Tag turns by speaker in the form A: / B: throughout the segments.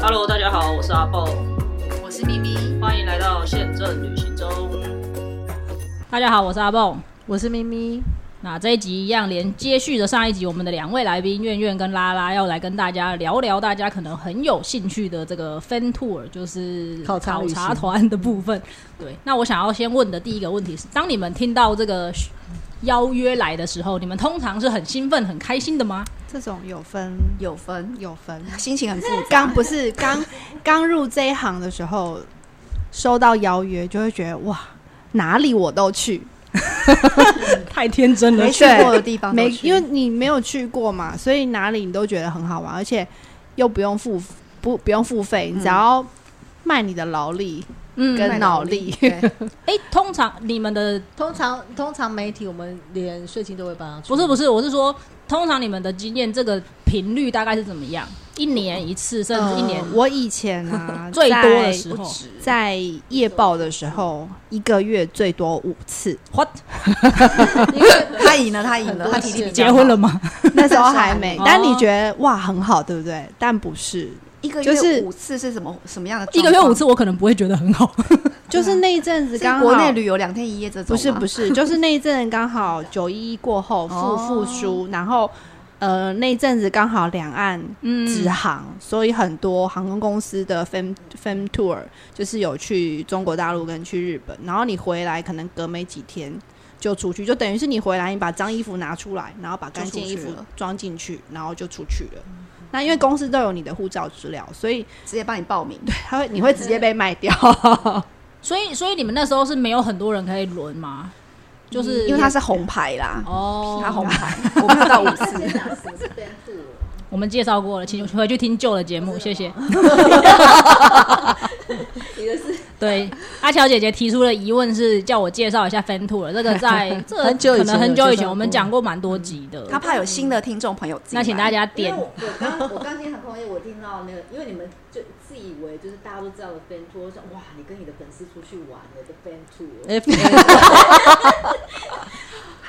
A: Hello，大家好，我是阿豹，
B: 我是咪咪，
A: 欢迎来到宪政旅行中。大家好，我是阿豹。
B: 我是咪咪。
A: 那这一集一样，连接续的上一集，我们的两位来宾苑苑跟拉拉 要来跟大家聊聊大家可能很有兴趣的这个 fan tour，就是
B: 考察旅行
A: 察团的部分。对，那我想要先问的第一个问题是，当你们听到这个邀约来的时候，你们通常是很兴奋、很开心的吗？
C: 这种有分
B: 有分，
C: 有 分。
B: 心情很复杂。
C: 刚不是刚刚入这一行的时候，收到邀约就会觉得哇，哪里我都去，
A: 太天真了
B: 没，去过的地方都
C: 没
B: 去，
C: 因为你没有去过嘛，所以哪里你都觉得很好玩，而且又不用付不不用付费，你只要卖你的劳力
A: 嗯
C: 跟脑力。
D: 对，
A: 哎、通常你们的
D: 通常通常媒体我们连税金都会帮他出，
A: 不是不
D: 是，
A: 是，我是说，通常你们的经验，这个频率大概是怎么样？一年一次，甚至一年、，
B: 嗯
C: 我以前啊
A: 最多的
C: 在
A: 时候嗯
C: 在夜报的时候，一个月最多五次，
A: ，what
B: 因为他赢了，他赢了，
D: 很多
B: 他体力比
D: 线
B: 较
A: 结
B: 好
A: 婚了， 吗？
C: 那时候还没
A: 哦。
C: 但你觉得哇很好，对不对？但不是，
B: 一个
C: 就是
B: 月五次是什么什么样的状
A: 一
B: 况？
A: 个月五次，我可能不会觉得很好。
C: 就是那一阵子
B: 是
C: 刚好
B: 国内旅游两天一夜这种
C: 不
B: 吗，
C: 是不 是，就是那一阵刚好九一一过后复
B: 哦
C: 复苏，然后呃那一阵子刚好两岸
A: 嗯
C: 直航，所以很多航空公司的 fam fam tour 就是有去中国大陆跟去日本，然后你回来可能隔没几天。就出去，就等于是你回来，你把脏衣服拿出来，然后把干净衣
B: 就
C: 服
B: 出去了
C: 装进去，然后就出去了。那因为公司都有你的护照资料，所以
B: 直接帮你报名，
C: 他会你会直接被卖掉，
A: 所以，所以你们那时候是没有很多人可以轮吗？就是
B: 因为他是红牌啦，
A: 哦，
B: 他红牌，我看到五次，
A: 我们介绍过了，请回去听旧的节目，谢谢。 对，阿乔姐姐提出的疑问是叫我介绍一下 Fan Tour，这个 在这个
D: 很久以前
A: 可能很久以
D: 有介
A: 前
D: 绍
A: 我们
D: 过
A: 讲过蛮多集的。
B: 嗯他怕有新的听众朋友进来，
A: 那请大家点
E: 因为我我刚我刚进航空业，我听到那个，因为你们就自以为就是大家都知道的 fan tour，我说哇，你跟你的粉丝出去玩，有个 fan tour，
D: F A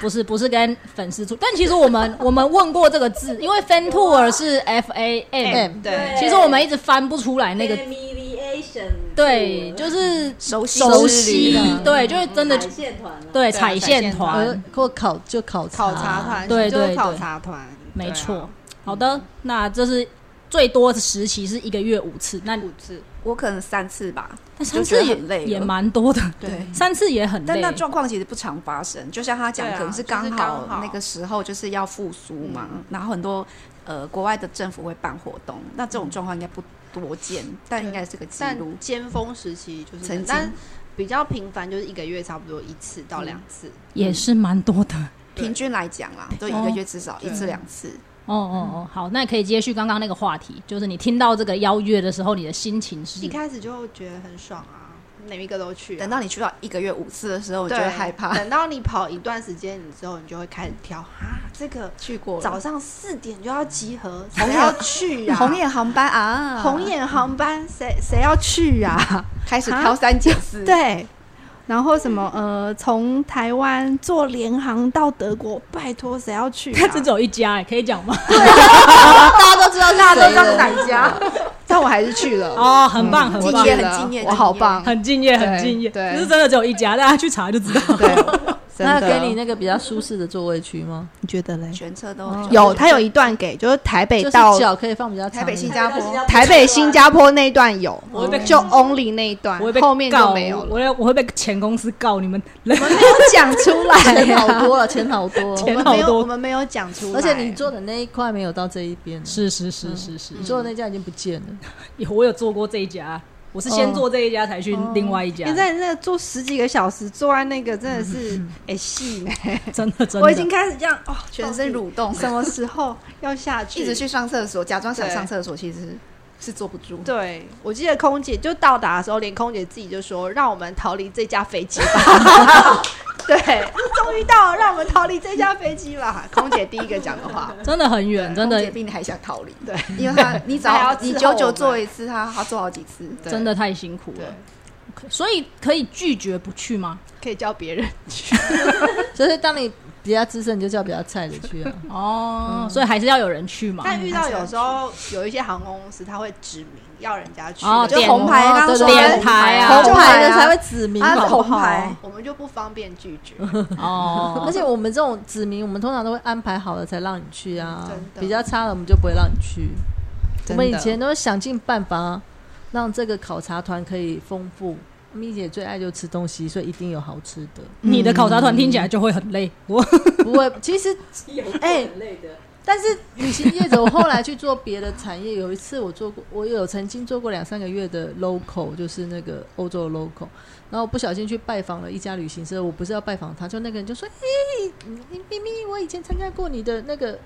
A: 不是不是跟粉丝出，但其实我们我们问过这个字，因为 Fan Tour 是 F A M，
D: M
C: 对，
A: 其实我们一直翻不出来那个。
E: Aviation，
A: 对，就是
B: 熟悉
A: 熟
B: 之旅
A: 悉
B: 啦，
A: 对，就是真的
E: 海线团啊，
A: 对
C: 对
A: 踩线
D: 呃
A: 团，
D: 或考就考察
C: 考察团，
A: 对
C: 就是
A: 对
C: 考
A: 对
C: 察团，
A: 没
C: 对啊
A: 错。好的，那这是最多的时期是一个月五次，那
C: 五次，
B: 我可能三次吧，
A: 那三次
B: 就觉
A: 也
B: 得很累了
A: 也蛮多的，
B: 对。
A: 三次也很
B: 但
A: 累
B: 那。状况其实不常发生，就像他讲，
C: 对啊
B: 可能是
C: 就是
B: 刚
C: 刚
B: 好
C: 好嗯
B: 那个时候就是要复苏嘛，然后很多呃国外的政府会办活动，那这种状况应该不多见，但应该是个记
C: 嗯但
B: 录。
C: 尖峰时期就是
B: 曾经
C: 但比较频繁，就是一个月差不多一次到两次。
A: 也是蛮多
B: 嗯
A: 的。
C: 对嗯
B: 平均来讲啦，都一个月至少一次两次。
A: 哦哦哦，好，那可以接续刚刚那个话题，就是你听到这个邀约的时候，你的心情是
C: 一开始就觉得很爽啊，每一个都去啊、
B: 等到你去到一个月五次的时候，
C: 我
B: 你就会害怕。
C: 等到你跑一段时间你之后，你就会开始挑啊，这个
B: 去过了
C: 早上四点就要集合，谁要去啊？
B: 红眼航班啊，
C: 红眼航班，谁谁要去啊？
B: 开始挑三拣四，，
C: 对。啊然后什么呃，从台湾坐联航到德国，拜托谁要去、啊？
A: 这只有一家、欸，可以讲吗？
B: 大家都知道，大家都知道是哪一家，
C: 但我还是去了。
A: 哦，很棒，很
B: 敬
A: 棒，
B: 业，嗯很敬业，
C: 我好棒
A: 很敬业，
C: 对
A: 很敬业。
C: 对
A: 可是真的只有一家，大家去查就知道。
C: 对，啊真
D: 那
C: 的
D: 给你那个比较舒适的座位区吗？
C: 你觉得嘞
B: 敬业，？全车都
C: 有，它有一段给，就是台北
D: 就是
C: 到
D: 脚可以放比较长的
B: 台北、新加坡，
C: 台北、新加坡那一段有
A: 我会被，
C: 就 only 那一段
A: 我会被，告
C: 后面就没有了。
A: 我会我会被前公司告你们。
C: 没有讲出 来
D: 钱
C: 呀，
D: 好多了，啊钱好 多，
C: 我们
A: 好
C: 没有，
A: 多
C: 我们没有讲出来。啊
D: 而且你坐的那一块没有到这一边，
A: 是是是是是，
D: 你坐的那家已经不见了，
A: 嗯我有做过这一家，我是先
D: 哦
A: 做这一家嗯才去另外一家
C: 你。在那坐十几个小时，坐在那个真的是哎戏呢。
A: 真的真的，
C: 我已经开始这样哦，
B: 全身
C: 到
B: 蠕动
C: 底，什么时候要下去？
B: 一直去上厕所，假装想
C: 对
B: 上厕所，其实是坐不住。
C: 对，我记得空姐就到达的时候，连空姐自己就说：“让我们逃离这架飞机吧。” 对，终于到了，让我们逃离这架飞机吧。空姐第一个讲的话，
A: 真的很远，真
B: 空姐
A: 的
B: 比你还想逃离，
C: 对，
B: 因为 他你只
C: 还
B: 要
C: 要伺候
B: 你久
C: 我
B: 久
C: 们
B: 做一次，他他做好几次，
C: 对
A: 真的太辛苦
C: 对
A: 了。所以可以拒绝不去吗？
D: 哦
C: 可以叫别人去。
D: 就是当你比较资深你就叫比较菜的去 啊。
A: 哦，所以还是要有人去嘛。
C: 嗯但遇到有时候有一些航空公司，他会指明要人家去，
A: 哦
C: 就
A: 点
C: 红牌
D: 哦
C: 刚刚
D: 对
C: 说
D: 对
C: 的
D: 对
A: 点牌啊
D: 红牌的才
C: 会
D: 会指明，
B: 啊
D: 好不
B: 红
D: 好？
B: 牌
C: 我们就不方便拒绝。
A: 哦，
D: 而且我们这种指明，我们通常都会安排好了才让你去啊
C: 真。的
D: 比较差的，我们就不会让你去。 我
C: 真的
D: 们以前都想尽办法让这个考察团可以丰富。咪姐最爱就吃东西，所以一定有好吃的。
A: 你
C: 嗯
A: 的考察团听起来就会很累。我
D: 不会，其实
E: 有过
D: 哎
E: 很累的，
D: 但是旅行业者，我后来去做别的产业，有一次我做过，我有曾经做过两三个月的 local，就是那个欧洲的 local，然后不小心去拜访了一家旅行社，我不是要拜访他，就那个人就说：“哎、你咪咪，我以前参加过你的那个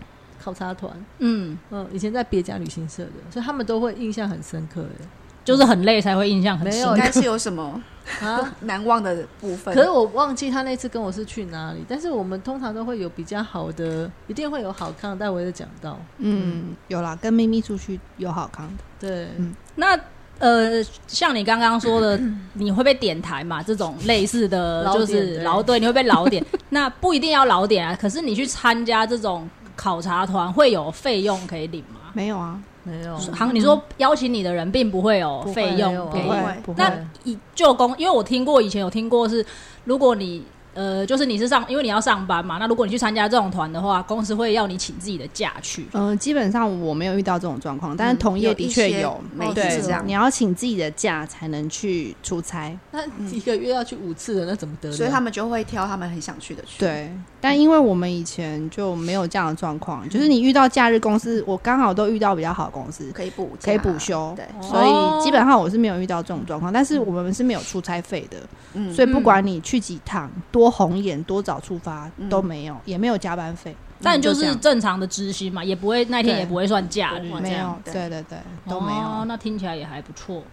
D: 考察团，
A: 嗯，
D: 嗯，以前在别家旅行社的，所以他们都会印象很深刻。”
A: 就是很累才会印象很
D: 没
A: 深
B: 应。
D: 有
B: 该是有什么
D: 哎，啊，
B: 难忘的部分。
D: 可是我忘记他那次跟我是去哪里，但是我们通常都会有比较好的，一定会有好看，但我也讲到，
C: 嗯，有啦，跟咪咪出去有好康的，
D: 对，
A: 那呃，像你刚刚说 的，你会被点台嘛？这种类似的，
D: 老
A: 就
D: 点
A: 是
D: 对
A: 老对，你会被老点。 那不一定要老点啊，可是你去参加这种考察团会有费用可以领吗？
C: 没有啊，
D: 没有。
A: 行，你说邀请你的人并不会有
D: 嗯不会
A: 费
D: 没有
A: 用
D: 啊
A: 给你
B: 不会
C: 不
A: 那以就工，因为我听过以前有听过是，如果你呃，就是你是上，因为你要上班嘛，那如果你去参加这种团的话，公司会要你请自己的假去。
C: 嗯、基本上我没有遇到这种状况，但是同业的确有，
B: 嗯有一些
C: 对
B: 媒体是这，样
C: 你要请自己的假才能去出差。
D: 那一个月要去五次的，那怎么得了？
B: 嗯所以他们就会挑他们很想去的去。，
C: 对，但因为我们以前就没有这样的状
B: 嗯
C: 况，就是你遇到假日公司，我刚好都遇到比较好的公司，
B: 可以补假
C: 可以补休哦
B: 对，
C: 所
D: 哦
C: 以基本上我是没有遇到这种状况，但是我们是没有出差费的，
B: 哦嗯
C: 所以不管你去几趟，多红眼多早出发
B: 嗯
C: 都没有，也没有加班费，
A: 嗯
C: 嗯
A: 但就
C: 就这
A: 是
C: 样
A: 正常的知心嘛，也不会那天
C: 对
A: 也不会算假日，
C: 没有，
B: 对
C: 对对对，都没
A: 哦
C: 有。
A: 那听起来也还不错，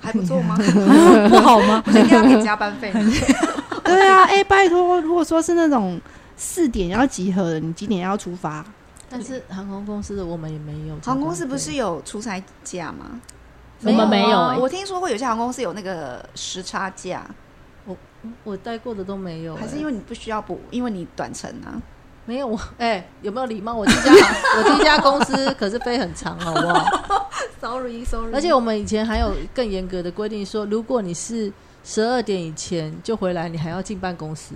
B: 还不错 吗？
A: 不好吗？
B: 不是应该要给加班费吗？
C: 对啊，哎，拜托，如果说是那种四点要集合的，你几点要出发？
D: 但是航空公司的我们也没有。
B: 航空公司不是有出差假吗？
A: 我们没有
D: 啊
C: 欸
A: 哎
B: 我听说过有些航空公司有那个时差假，
D: 我待过的都没有、
B: 还是因
D: 为
B: 为你不需要补，因为你短程啊。
D: 没有我哎、有没有礼貌？我第一家 我第一家公司可是飞很长，好不好？
B: Sorry Sorry，
D: 而且我们以前还有更严格的规定说，如果你是十二点以前就回来，你还要进办公室、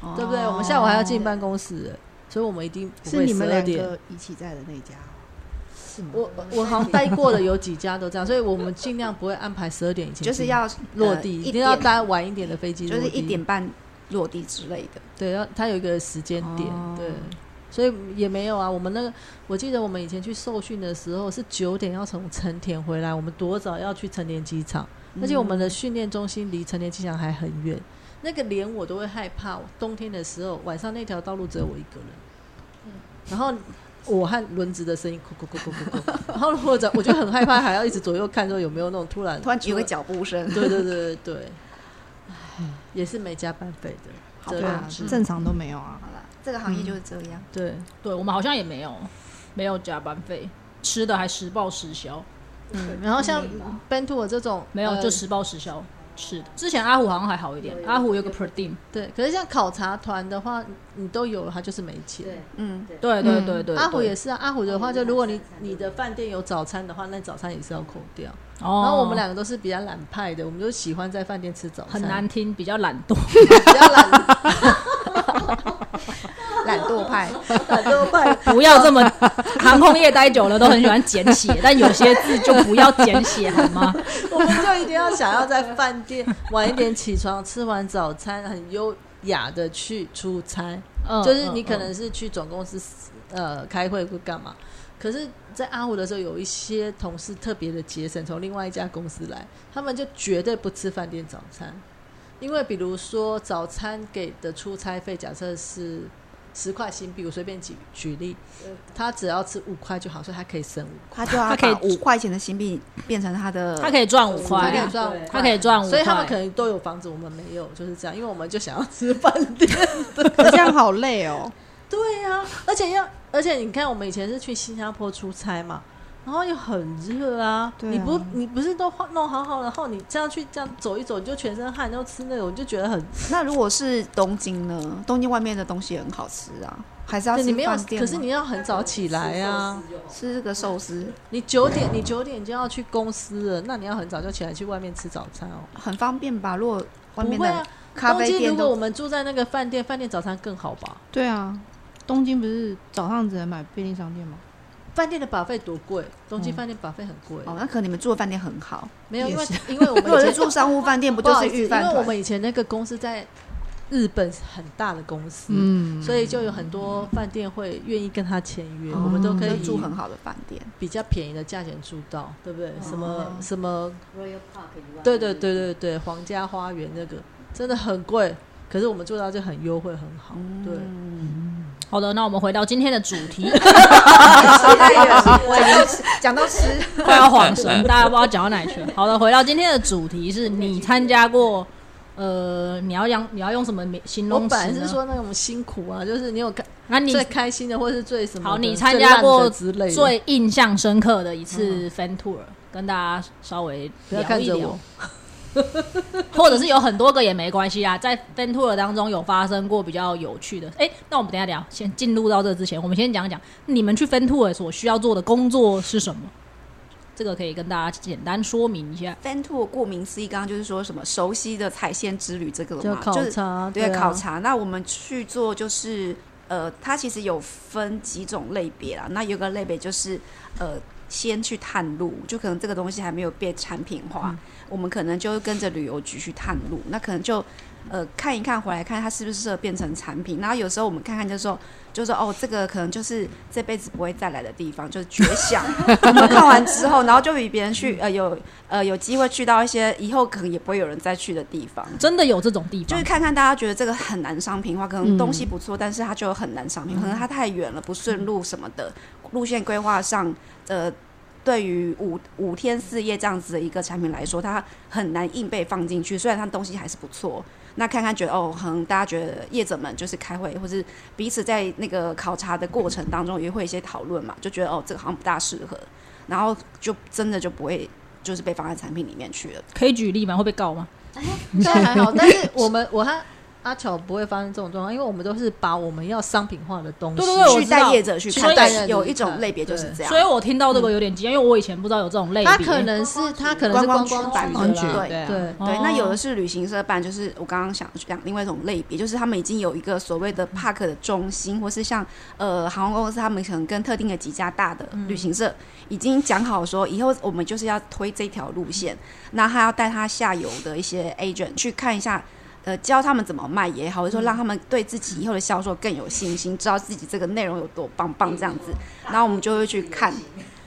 B: 哦
D: 对不对？我们下午还要进办公室，所以我们一定不
C: 是
D: 会
C: 你们
D: 12
C: 两
D: 点。
C: 个一起在的那家哦，是吗？
D: 我我好像待过的有几家都这样，所以我们尽量不会安排十二点以前
B: 就是要
D: 落
B: 呃
D: 地，
B: 一
D: 一定要
B: 点
D: 搭晚一点的飞机落
B: 就
D: 地，
B: 是一点半落地之类的。
D: 对，要它有一个时间点，
A: 哦
D: 对，所以也没有啊。我们那个，我记得我们以前去受训的时候是九点要从成田回来，我们多早要去成田机场，
B: 嗯
D: 而且我们的训练中心离成田机场还很远，那个连我都会害怕。冬天的时候，晚上那条道路只有我一个人，
B: 嗯
D: 然后。我和轮子的声音，咕咕咕咕咕咕，然后或者我就很害怕，还要一直左右看，说有没有那种突然
B: 突然有个脚步声，
D: 对对对对对，唉也是没加班费的，
B: 好
D: 责
C: 对
D: 任
C: 啊
B: 吧
D: 制，
C: 正常都没有啊。
B: 好了，这个行业就是这样。
D: 对，
A: 对我们好像也没有，没有加班费，吃的还实报实销，
D: 嗯，然后像 Bento 我这种
A: 没有
D: 呃
A: 就实报实销吃的。之前阿虎好像还好一点，阿虎有个 per dim，
D: 对，可是像考察团的话，你你都有了，他就是没钱。
E: 对，
B: 嗯，
A: 对对对对，
D: 阿虎
A: 对
D: 也是啊，阿虎的话，
E: 哦
D: 就如果你
E: 那三餐
D: 你的饭店有早餐的话，那早餐也是要扣掉。
A: 哦，
D: 然后我们两个都是比较懒派的，我们就喜欢在饭店吃早餐，
A: 很难听，比较懒惰。
D: 比较嗯懒，
B: 懒惰派，
D: 懒惰派。
A: 不要这 么航空业待久了都很喜欢简写，但有些字就不要简写好吗？
D: 我们就一定要想要在饭店晚一点起床，吃完早餐，很优雅的去出差。
A: 嗯
D: 就是你可能是去总公司呃开会或干嘛，可是，在阿虎的时候，有一些同事特别的节省，从另外一家公司来，他们就绝对不吃饭店早餐，因为比如说早餐给的出差费，假设是十块新币，我随便举举例，他只要吃五块就好，所以他可以省五，
B: 他就要
A: 他可以
B: 把 五块钱的新币变成他的，
A: 嗯他可以赚五
D: 他
A: 块
D: 可以
A: 啊，
D: 赚
E: 对
D: 五，
A: 他可以。赚五块，
D: 所以他们可能都有房子，我们没有，就是这样，因为我们就想要吃饭店。
C: 可这样好累哦。
D: 啊对呀、而且要，而且你看，我们以前是去新加坡出差嘛，然后又很热啊，
C: 对啊
D: 你不你不是都化弄好好，然后你这样去这样走一走，你就全身汗，然后吃那个，我就觉得很，
B: 那如果是东京呢？东京外面的东西也很好吃啊，还是要
D: 对
B: 吃
D: 你没有
B: 饭，店吗
D: 可是你要很早起来啊，
B: 吃这个寿司
D: 你九点你九点就要去公司了，那你要很早就起来去外面吃早餐哦。
B: 很方便吧？如果外面
D: 不会
B: 的
D: 啊，
B: 咖
D: 东
B: 啡
D: 京
B: 店
D: 如果我
B: 都
D: 们住在那个饭店，饭店早餐更好吧？
C: 对啊，东京不是早上只能买便利商店吗？
D: 饭店的把费多贵，东京
C: 嗯
D: 饭店把费很贵，
B: 哦，那可能你们住的饭店很好。
D: 没有，因为
C: 也
D: 因为我
B: 如果
D: 们以
B: 是
D: 前
B: 住商务饭店，不就
D: 好
B: 是
D: 意思
B: 御
D: 因
B: 饭
D: 为我
B: 团？
D: 们以前那个公司在日本是很大的公司，
C: 嗯，
D: 所以就有很多饭店会愿意跟他签约，
C: 哦
D: 我们都可
B: 就
D: 以
B: 住很好的饭店，
D: 比较便宜的价钱住到，对不对？什么什么，
E: Royal Park 以外，
D: 对对对对对，皇家花园那个真的很贵，可是我们住到就很优惠，很好，对。
A: 好的，那我们回到今天的主题，
B: 讲到吃，
A: 快要晃神，大家不知道讲到哪里去了。好的，回到今天的主题，是你参加过，呃，你要用你要用什么名形
D: 我
A: 容
D: 本
A: 词
D: 来
A: 呢
D: 是，说那种辛苦啊，就是你有开
A: 那你
D: 最开心的，或是最什么的？
A: 好，你
D: 最
A: 参
D: 烂
A: 加
D: 的
A: 过
D: 之类的，嗯
A: 最印象深刻的一次 fan tour，、跟大家稍微
D: 不要
A: 聊
D: 看
A: 一
D: 着
A: 聊
D: 我，，
A: 或者是有很多个也没关系啊。在 fan tour 当中有发生过比较有趣的，哎、那我们等一下聊，先进入到这之前，我们先讲讲你们去 fan tour 所需要做的工作是什么。这个可以跟大家简单说明一下。
B: Fan Tour 顾名思义，刚刚就是说什么熟悉的海线之旅这个了
D: 就
B: 嘛，
D: 考
B: 就是
D: 察，
B: 对
D: 啊
B: 考察。那我们去做就是呃，它其实有分几种类别啦。那有个类别就是呃，先去探路，就可能这个东西还没有被产品化，我们可能就跟着旅游局去探路，那可能就。呃，看一看回来看它是不是适合变成产品，然后有时候我们看看就说，就说哦，这个可能就是这辈子不会再来的地方，就是绝响。我们看完之后，然后就比别人去呃有呃有机会去到一些以后可能也不会有人再去的地方。
A: 真的有这种地
B: 就
A: 方
B: 是，看看大家觉得这个很难商品化，可能东西不错，但是它就很难
A: 嗯
B: 商品，可能它太远了，不顺路什么的，路线规划上，
A: 嗯
B: 呃，对于五五天四夜这样子的一个产品来说，它很难硬被放进去。虽然它东西还是不错，那看看觉得哦，可能大家觉得业者们就是开会，或是彼此在那个考察的过程当中也会有一些讨论嘛，就觉得哦，这个好像不大适合，然后就真的就不会就是被放在产品里面去了。
A: 可以举例吗？会被告吗？
D: 这还好，但是我们我和阿巧不会发生这种状况，因为我们都是把我们要商品化的东西，
A: 对对对我
B: 去
A: 知道
B: 带业者去
D: 去
B: 看，
D: 带
B: 但
D: 业者
B: 是
D: 去
B: 有一种
D: 看
B: 类别就是
D: 对
B: 这样。
A: 所以我听到这个有点急，因为我以前不知道有这种类别。
D: 他可能是他可能是
B: 观
D: 观
B: 光
D: 光
B: 区
D: 版
C: 观光啊
D: 的啦
B: 区对
D: 对对
A: 哦
B: 对，那有的是旅行社办，就是我刚刚想讲另外一种类别，就是他们已经有一个所谓的 park 的中心，或是像呃航空公司，他们可能跟特定的几家大的旅行社已经讲好说，以后我们就是要推这条路线，那他要带他下游的一些 agent 去看一下。呃，教他们怎么卖也好，或者说让他们对自己以后的销售更有信心，知道自己这个内容有多棒棒这样子。
D: 嗯
B: 然后我们就会去看，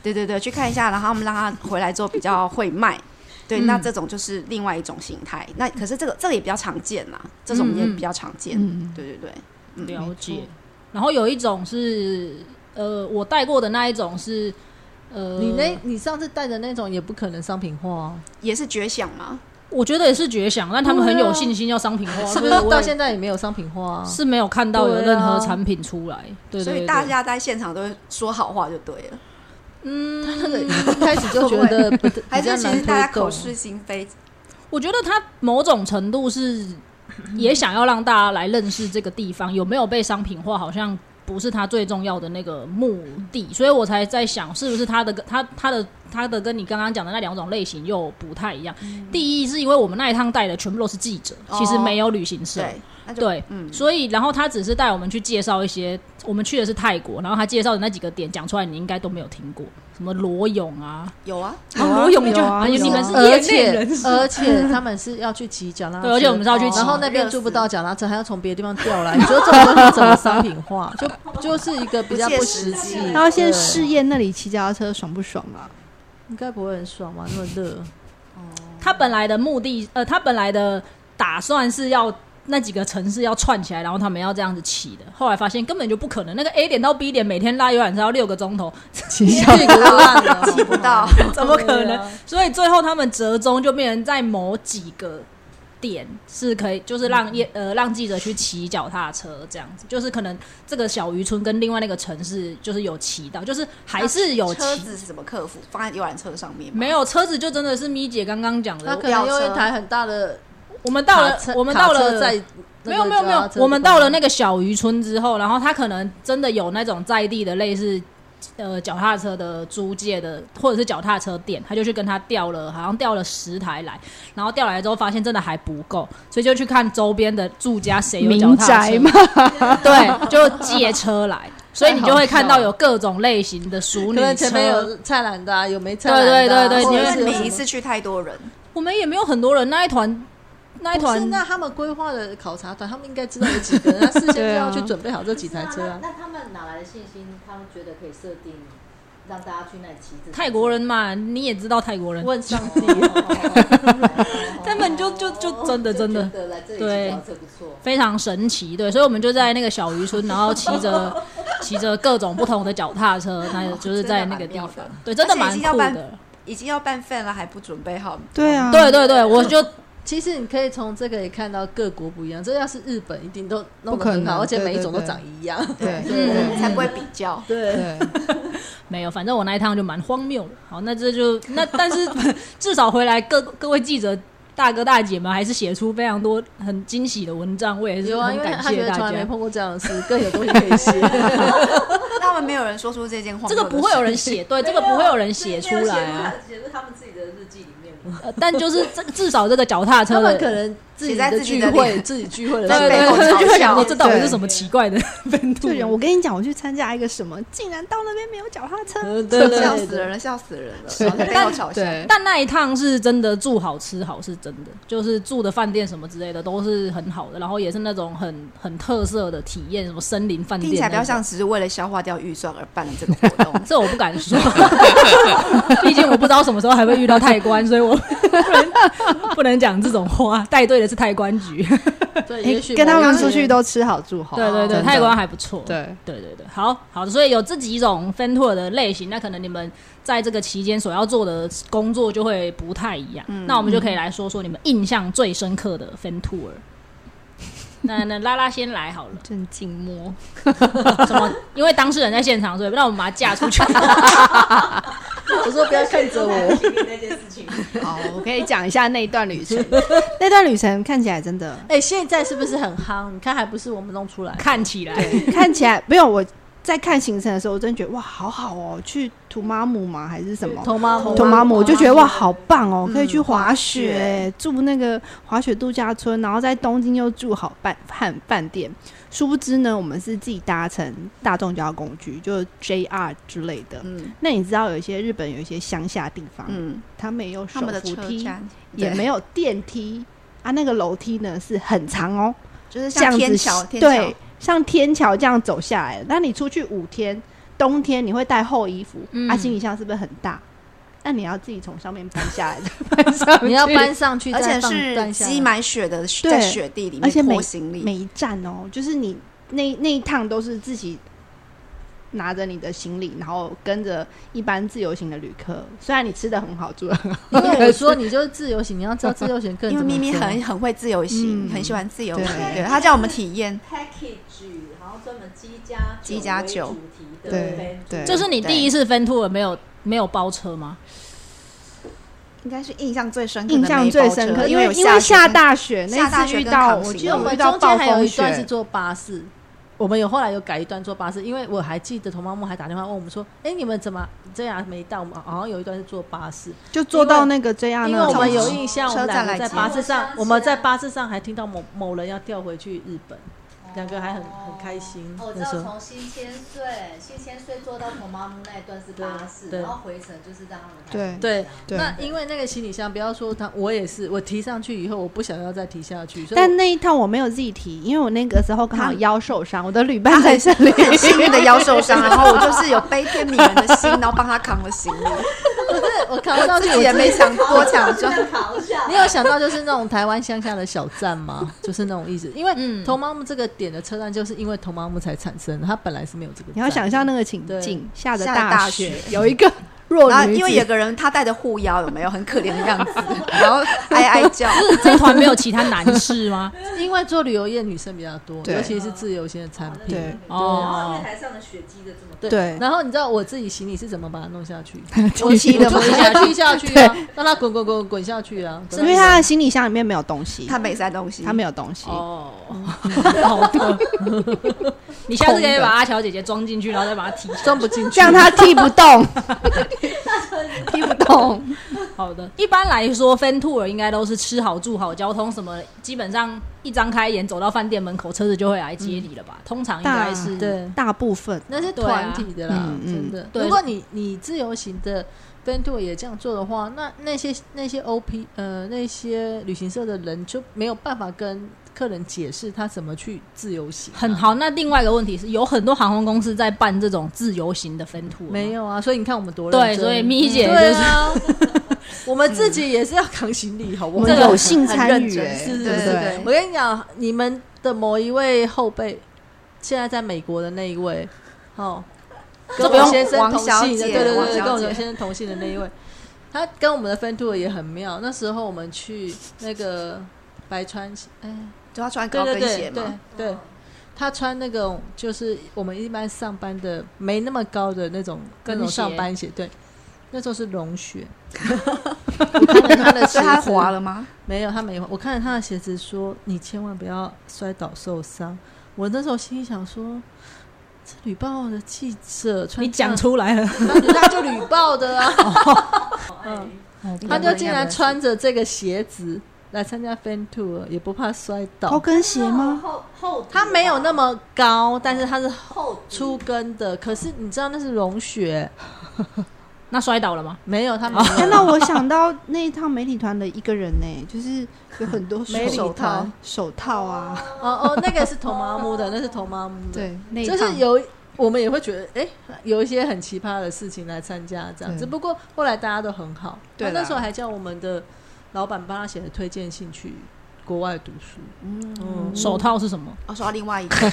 B: 对对对，去看一下，然后我们让他回来之后比较会卖。对，
D: 嗯
B: 那这种就是另外一种形态。那可是这个这个也比较常见啦，这种也比较常见。
C: 嗯
B: 对对对，
A: 了解。然后有一种是呃，我带过的那一种是呃，
D: 你那，你上次带的那种也不可能商品化哦，
B: 也是绝响嘛。
A: 我觉得也是绝响，但他们很有信心要商品化，
D: 是不
A: 所
D: 是
A: 以我也
D: 啊到现在也没有商品化啊？
A: 是没有看到有任何
D: 对啊
A: 产品出来？对对
B: 啊所以大家在现场都会说好话就对了，
A: 嗯，
D: 那个一开始就觉 得不
B: 还是
D: 比
B: 其
D: 较难
B: 实大家
D: 推动
B: 口是心非，
A: 我觉得他某种程度是
B: 嗯
A: 也想要让大家来认识这个地方有没有被商品化，好像不是他最重要的那个目的，所以我才在想是不是他的他他的他的跟你刚刚讲的那两种类型又不太一样。第一是因为我们那一趟带的全部都是记者，
B: 嗯哦
A: 其实没有旅行社。
B: 对，那就
A: 对，
B: 嗯，
A: 所以然后他只是带我们去介绍一些，我们去的是泰国，然后他介绍的那几个点讲出来，你应该都没有听过，什么裸泳啊，
B: 有啊，
A: 然后裸泳就
C: 有啊
A: 很
C: 有啊
A: 你们是
D: 而
A: 业内
D: 且
A: 人士，
D: 而且他们是要去骑脚踏车，
A: 对而且我们是
B: 哦
A: 要去骑
D: 然后那边租不到脚踏车，还要从别的地方调来，你说这种东西怎么商品化？就就是一个比较
B: 不切
D: 不
B: 实
D: 实
B: 际
D: 际。
C: 然后先
D: 对
C: 试验那里骑脚踏车爽不爽啊？
D: 应该不会很爽吧？那么热，
A: 他本来的目的，呃，他本来的打算是要那几个城市要串起来，然后他们要这样子起的。后来发现根本就不可能，那个 A 点到 B 点每天拉游览车要六个 钟头，
C: 骑脚
D: 这个烂了，
B: 记不到，
A: 怎么可
D: 对
A: 能？
D: 啊
A: 所以最后他们折中就变成在某几个点是可以，就是让业、呃让记者去骑脚踏车这样子，就是可能这个小渔村跟另外那个城市就是有骑到，就是还是有骑
B: 车子是怎么克服？放在游览车上面吗
A: 没有车子就真的是咪姐刚刚讲
D: 他
A: 的，
D: 可能用一台很大的
A: 我们到了
D: 卡车
A: 我们到
D: 卡
A: 了
D: 车在那个
A: 没有没有没
D: 脚踏
A: 有，
D: 车
A: 我们到了那
D: 地
A: 个小渔村之后，然后他可能真的有那种在地的类似呃脚踏车的租借的，或者是脚踏车店，他就去跟他调了，好像调了十台来，然后调来之后发现真的还不够，所以就去看周边的住家谁有脚
C: 民
A: 踏
C: 宅
A: 车，
C: 嘛，
A: 对，就借车 来，所以你就会看到
D: 太好笑了
A: 有各种类型的熟
D: 方，
A: 女
D: 可能前面
A: 车。
D: 有菜篮的、啊，有没菜篮的、啊，
A: 对对对对
B: 我因
A: 你
B: 为
A: 会
B: 每一次去太多人，
A: 我们也没有很多人，那一团那一
D: 不是，
A: 团
D: 那他们规划的考察团，他们应该知道有几个人，他事先就要去准备好这几台车
E: 那
D: 啊。
E: 那他们哪来的信心？他们觉得可以设定让大家去那里骑自行车
A: 泰国人嘛，你也知道泰国人，
D: 问上
E: 哦
D: 帝，
A: 他们就就就真的真的
E: 就觉得来这里
A: 对
E: 骑脚踏车不错。
A: 非常神奇，对，所以我们就在那个小渔村，然后骑着骑着各种不同的脚踏车，那就是在那个地方，对，真的
B: 而且已
A: 蛮
B: 经
A: 酷
B: 要
A: 的。
B: 已经要办 fan 了，还不准备好？
C: 对啊，
A: 对对对，我就
D: 其实你可以从这个也看到各国不一样。这要是日本，一定都
C: 不
D: 弄得
C: 可
D: 很
C: 能
D: 好，而且
C: 对
D: 每一种
C: 对对
D: 都长一样。
C: 对
A: 嗯
B: 才不会比较。
D: 对，
C: 对，
A: 没有，反正我那一趟就蛮荒谬的。好，那这就那，但是至少回来各各位记者大哥大姐们还是写出非常多很惊喜的文章，我也是
D: 有啊，
A: 很
D: 因为
A: 感
D: 他觉
A: 谢
D: 得
A: 大
D: 从来没
A: 家。
D: 碰过这样的事，更有东西可以写。
B: 那我们没有人说出这件话，
A: 这个不会有人写，对，这个不会有人写出来
E: 没有
A: 啊。，
E: 写在他们自己的日记里面嘛。
A: 呃但就是这至少这个脚踏车
D: 他
A: 的，
D: 们可能自己
B: 写在
D: 的
B: 自己
D: 聚
B: 的
D: 会，
B: 脸
D: 自己聚会的时
A: 对
D: 候
A: 对
B: 在背后
A: 对，就会
B: 嘲
A: 想
B: 笑
A: 说这到底是
B: 对
A: 什么奇怪的本土
C: 就有人我跟你讲，我去参加一个什么，竟然到那边没有脚踏车，
D: 嗯对对
B: 笑
D: 对
B: 死
D: 对
B: 人了，笑死人了，然后被我嘲笑。
C: 对，
A: 但那一趟是真的住好吃好是真的，就是住的饭店什么之类的都是很好的，然后也是那种很很特色的体验，什么森林饭店
B: 听起来
A: 那
B: 比较
A: 种
B: 像只是为了消化掉预算而办的这个活动
A: 。这我不敢说，毕竟我不知道什么时候还会遇到太官，所以我不能 不能讲这种话。带队的是太官局，
D: 对，
C: 诶
D: 也许
C: 跟他
D: 某一
C: 们
D: 些
C: 出去都吃好住
B: 哦
C: 好，
A: 对对对，
C: 真的
A: 太官还不错。
C: 对
A: 对对对，好好，所以有这几种 fan tour 的类型，那可能你们在这个期间所要做的工作就会不太一样。
D: 嗯
A: 那我们就可以来说说你们印象最深刻的 fan tour。那那拉拉先来好了，
C: 正静默，
A: 什么？因为当事人在现场，所以让我们把他架出去。
D: 我说不要看着 我，
E: 经历那件事情，
C: 好，我可以讲一下那一段旅程。那段旅程看起来真的
D: 哎、现在是不是很夯？你看，还不是我们弄出来？
A: 看起来，
C: 看起来没有我在看行程的时候，我真的觉得哇，好好哦，去图妈姆吗？还是什么？
D: 头妈
C: 图妈姆，我就觉得哇，好棒哦，
B: 哦嗯
C: 可以去滑雪，住那个滑雪度假村，然后在东京又住好饭饭饭店。殊不知呢，我们是自己搭乘大众交通工具，就是 JR 之类的。
B: 嗯
C: 那你知道有一些日本有一些乡下地方，
B: 嗯，
C: 他们也有手
B: 他们的
C: 扶
B: 车
C: 梯，
B: 站
C: 也没有电梯啊，那个楼梯呢是很长哦，
B: 就是
C: 这样
B: 像
C: 子
B: 天桥，天桥
C: 对，像天桥这样走下来的。那你出去五天，冬天你会带厚衣服，
A: 嗯
C: 啊，行李箱是不是很大？那你要自己从上面搬下来，再搬上去
D: 你要搬，上去，
B: 而且
D: 再放
B: 是
D: 搬下来
B: 积满雪的，
C: 对
B: 在雪地里
C: 而且
B: 面
C: 每
B: 拖行李，
C: 每一站哦，就是你那那一趟都是自己。拿着你的行李，然后跟着一般自由行的旅客，虽然你吃的很好，住的很好，
D: 因为我说你就是自由行，你要知道自由行更
B: 因为
D: 怎么
B: 咪咪
D: 说
B: 很很会自由行，
C: 嗯
B: 很喜欢自由行，
C: 对
B: 对他叫我们体验。
E: package，然后专门鸡加
B: 鸡加酒
E: 为主题的
C: 对
E: event
C: 对
A: 这是你第一次 fan tour 没有没有包车吗？
B: 应该是印象最深刻的
C: 印
B: 那一包车，
C: 象最深刻，因为
B: 有
C: 因为下
B: 雪
C: 大雪
B: 下大
C: 那次
B: 雪
C: 遇
B: 跟
C: 到，
B: 扛
C: 我
B: 行
C: 记
B: 李
C: 得
D: 我
C: 我
D: 们
C: 遇到
D: 中
C: 暴
D: 间还有
C: 风
D: 一段是
C: 雪，
D: 坐巴士，我们有后来有改一段坐巴士，因为我还记得同妈木还打电话问我们说：“哎、你们怎么这样没到？我们好像有一段是坐巴士，
C: 就坐到那个 JR
D: 因为
C: 那
D: 我们
C: 里
D: 有印象，我
B: 车
D: 们
B: 站
D: 两个在
B: 来接
D: 巴士
E: 我
D: 上
E: 想起，来
D: 我们在巴士上还听到某某人要调回去日本，两个还很很开心
E: 哦我知
D: 那
E: 道
D: 时候
E: 从新千岁，新千岁坐到婆妈木那一段是巴士，
D: 对对
E: 然后回程就是让他们
C: 对
E: 开
D: 对。”
C: 对
D: 那因为那个行李箱，不要说他，我也是，我提上去以后，我不想要再提下去，所以我
C: 但那一趟我没有自己提，因为我那个时候刚好
B: 他
C: 腰受伤，我的旅伴在这里。
B: 很啊幸运的腰 受伤，然后我就是有悲天悯人的心，然后帮他扛了行李，
D: 我扛上
B: 我
D: 去
B: 自己也没想多想装。
E: 扛下
D: 你。有想到就是那种台湾乡下的小站吗？就是那种意思，因为
A: 嗯
D: 头毛木这个点的车站，就是因为头毛木才产生的，它本来是没有这个站。
C: 你要想象那个情
D: 对
C: 境，下着
B: 下着大
C: 雪，
B: 雪
C: 有一个
D: 弱
B: 然后
D: 女
B: 啊因为
D: 子
B: 有个人他带着护腰，有没有很可怜的样子，然后哀哀叫。
A: 是这团没有其他男士吗？
D: 因为做旅游业女生比较多，
C: 对
D: 尤其是自由性的产品。
C: 对
E: 然后
A: 哦
E: 月，台上的血迹的这么
D: 对
C: 对
D: 然后你知道我自己行李是怎么把它弄下去？
B: 我骑的
D: 就
B: 吗？
D: 是下去下去 啊，让它滚滚滚滚下去啊。
C: 因为他的行李箱里面没有东西，
B: 他没塞东西，
C: 他没有东西，
A: 哦，好 的。哦你下次可以把阿乔姐姐装进去，然后再把她提上。
D: 装不进去，
C: 这样他踢不 动，踢不动。
A: 好的，一般来说，Fentour 应该都是吃好住好，交通什么，基本上一张开眼走到饭店门口，车子就会来接你了吧？通常应该是
D: 嗯对，
C: 大部分
D: 那是
A: 对啊
D: 团体的啦，
C: 嗯嗯
D: 真的。
A: 对
D: 如果你你自由行的 Ben Tour 也这样做的话，那那些那些 OP 呃那些旅行社的人就没有办法跟客人解释他怎么去自由行、
A: 很。好。那另外一个问题是，有很多航空公司在办这种自由行的 Fentour，
D: 没
A: 有？
D: 有啊，所以你看我们多认
A: 对，
D: 真
A: 所以咪姐就
D: 对
A: 是
D: 啊， 我们自己也是要扛行李，好不
C: 我
D: 好？
C: 们有幸
B: 很
C: 参
B: 认
C: 与、
B: 真
C: 欸，对
B: 是是
C: 不
B: 是
C: 对？
D: 我跟你讲，你们的某一位后辈，现在在美国的那一位，哦，跟
B: 这不
D: 我
B: 用
D: 先生
B: 王
D: 同
B: 小
D: 姓的，
B: 姐
D: 对对
B: 王
D: 对，
B: 小
D: 跟我
B: 姐
D: 先生同姓的那一位，他跟我们的 Fan Tour 也很妙。那时候我们去那个白川，哎，
B: 就他穿
D: 对
B: 高
D: 对
B: 跟
D: 对
B: 鞋
D: 对
B: 嘛，
D: 对，他穿那种就是我们一般上班的没那么高的那种那
A: 跟
D: 种上
A: 鞋
D: 班鞋，对，那时候是绒靴，我看着他的鞋
B: 所以他
D: 子
B: 滑了吗？
D: 没有，他没有。我看着他的鞋子说：“你千万不要摔倒受伤。”我那时候心里想说：“这旅报的记者穿
A: 你讲出来了，
D: 那人家就旅报的 啊，嗯，他就竟然穿着这个鞋子来参加 Fan Tour，也不怕摔
C: 高
D: 倒。
C: 跟鞋吗？
E: 厚厚底吧，
D: 他没有那么高，但是他是
E: 厚底
D: 粗跟的。可是你知道那是绒雪，
A: 那摔倒了吗？
D: 没有他没 有。
C: 真的，我想到那一趟美体团的一个人呢、就是有很 多
D: 美
C: 手
D: 礼团
C: 手套啊，
D: 哦哦，那个是头妈木的，那是头妈木的。
C: 对，那一
D: 就
C: 趟
D: 是有我们也会觉得，哎、有一些很奇葩的事情来参加这样。
C: 对
D: 只不过后来大家都很好，
B: 嗯对
D: 他
B: 啦
D: 那时候还叫我们的老板帮他写的推荐信去国外读书，嗯，
A: 手套是什么？
B: 我哦说到另外一个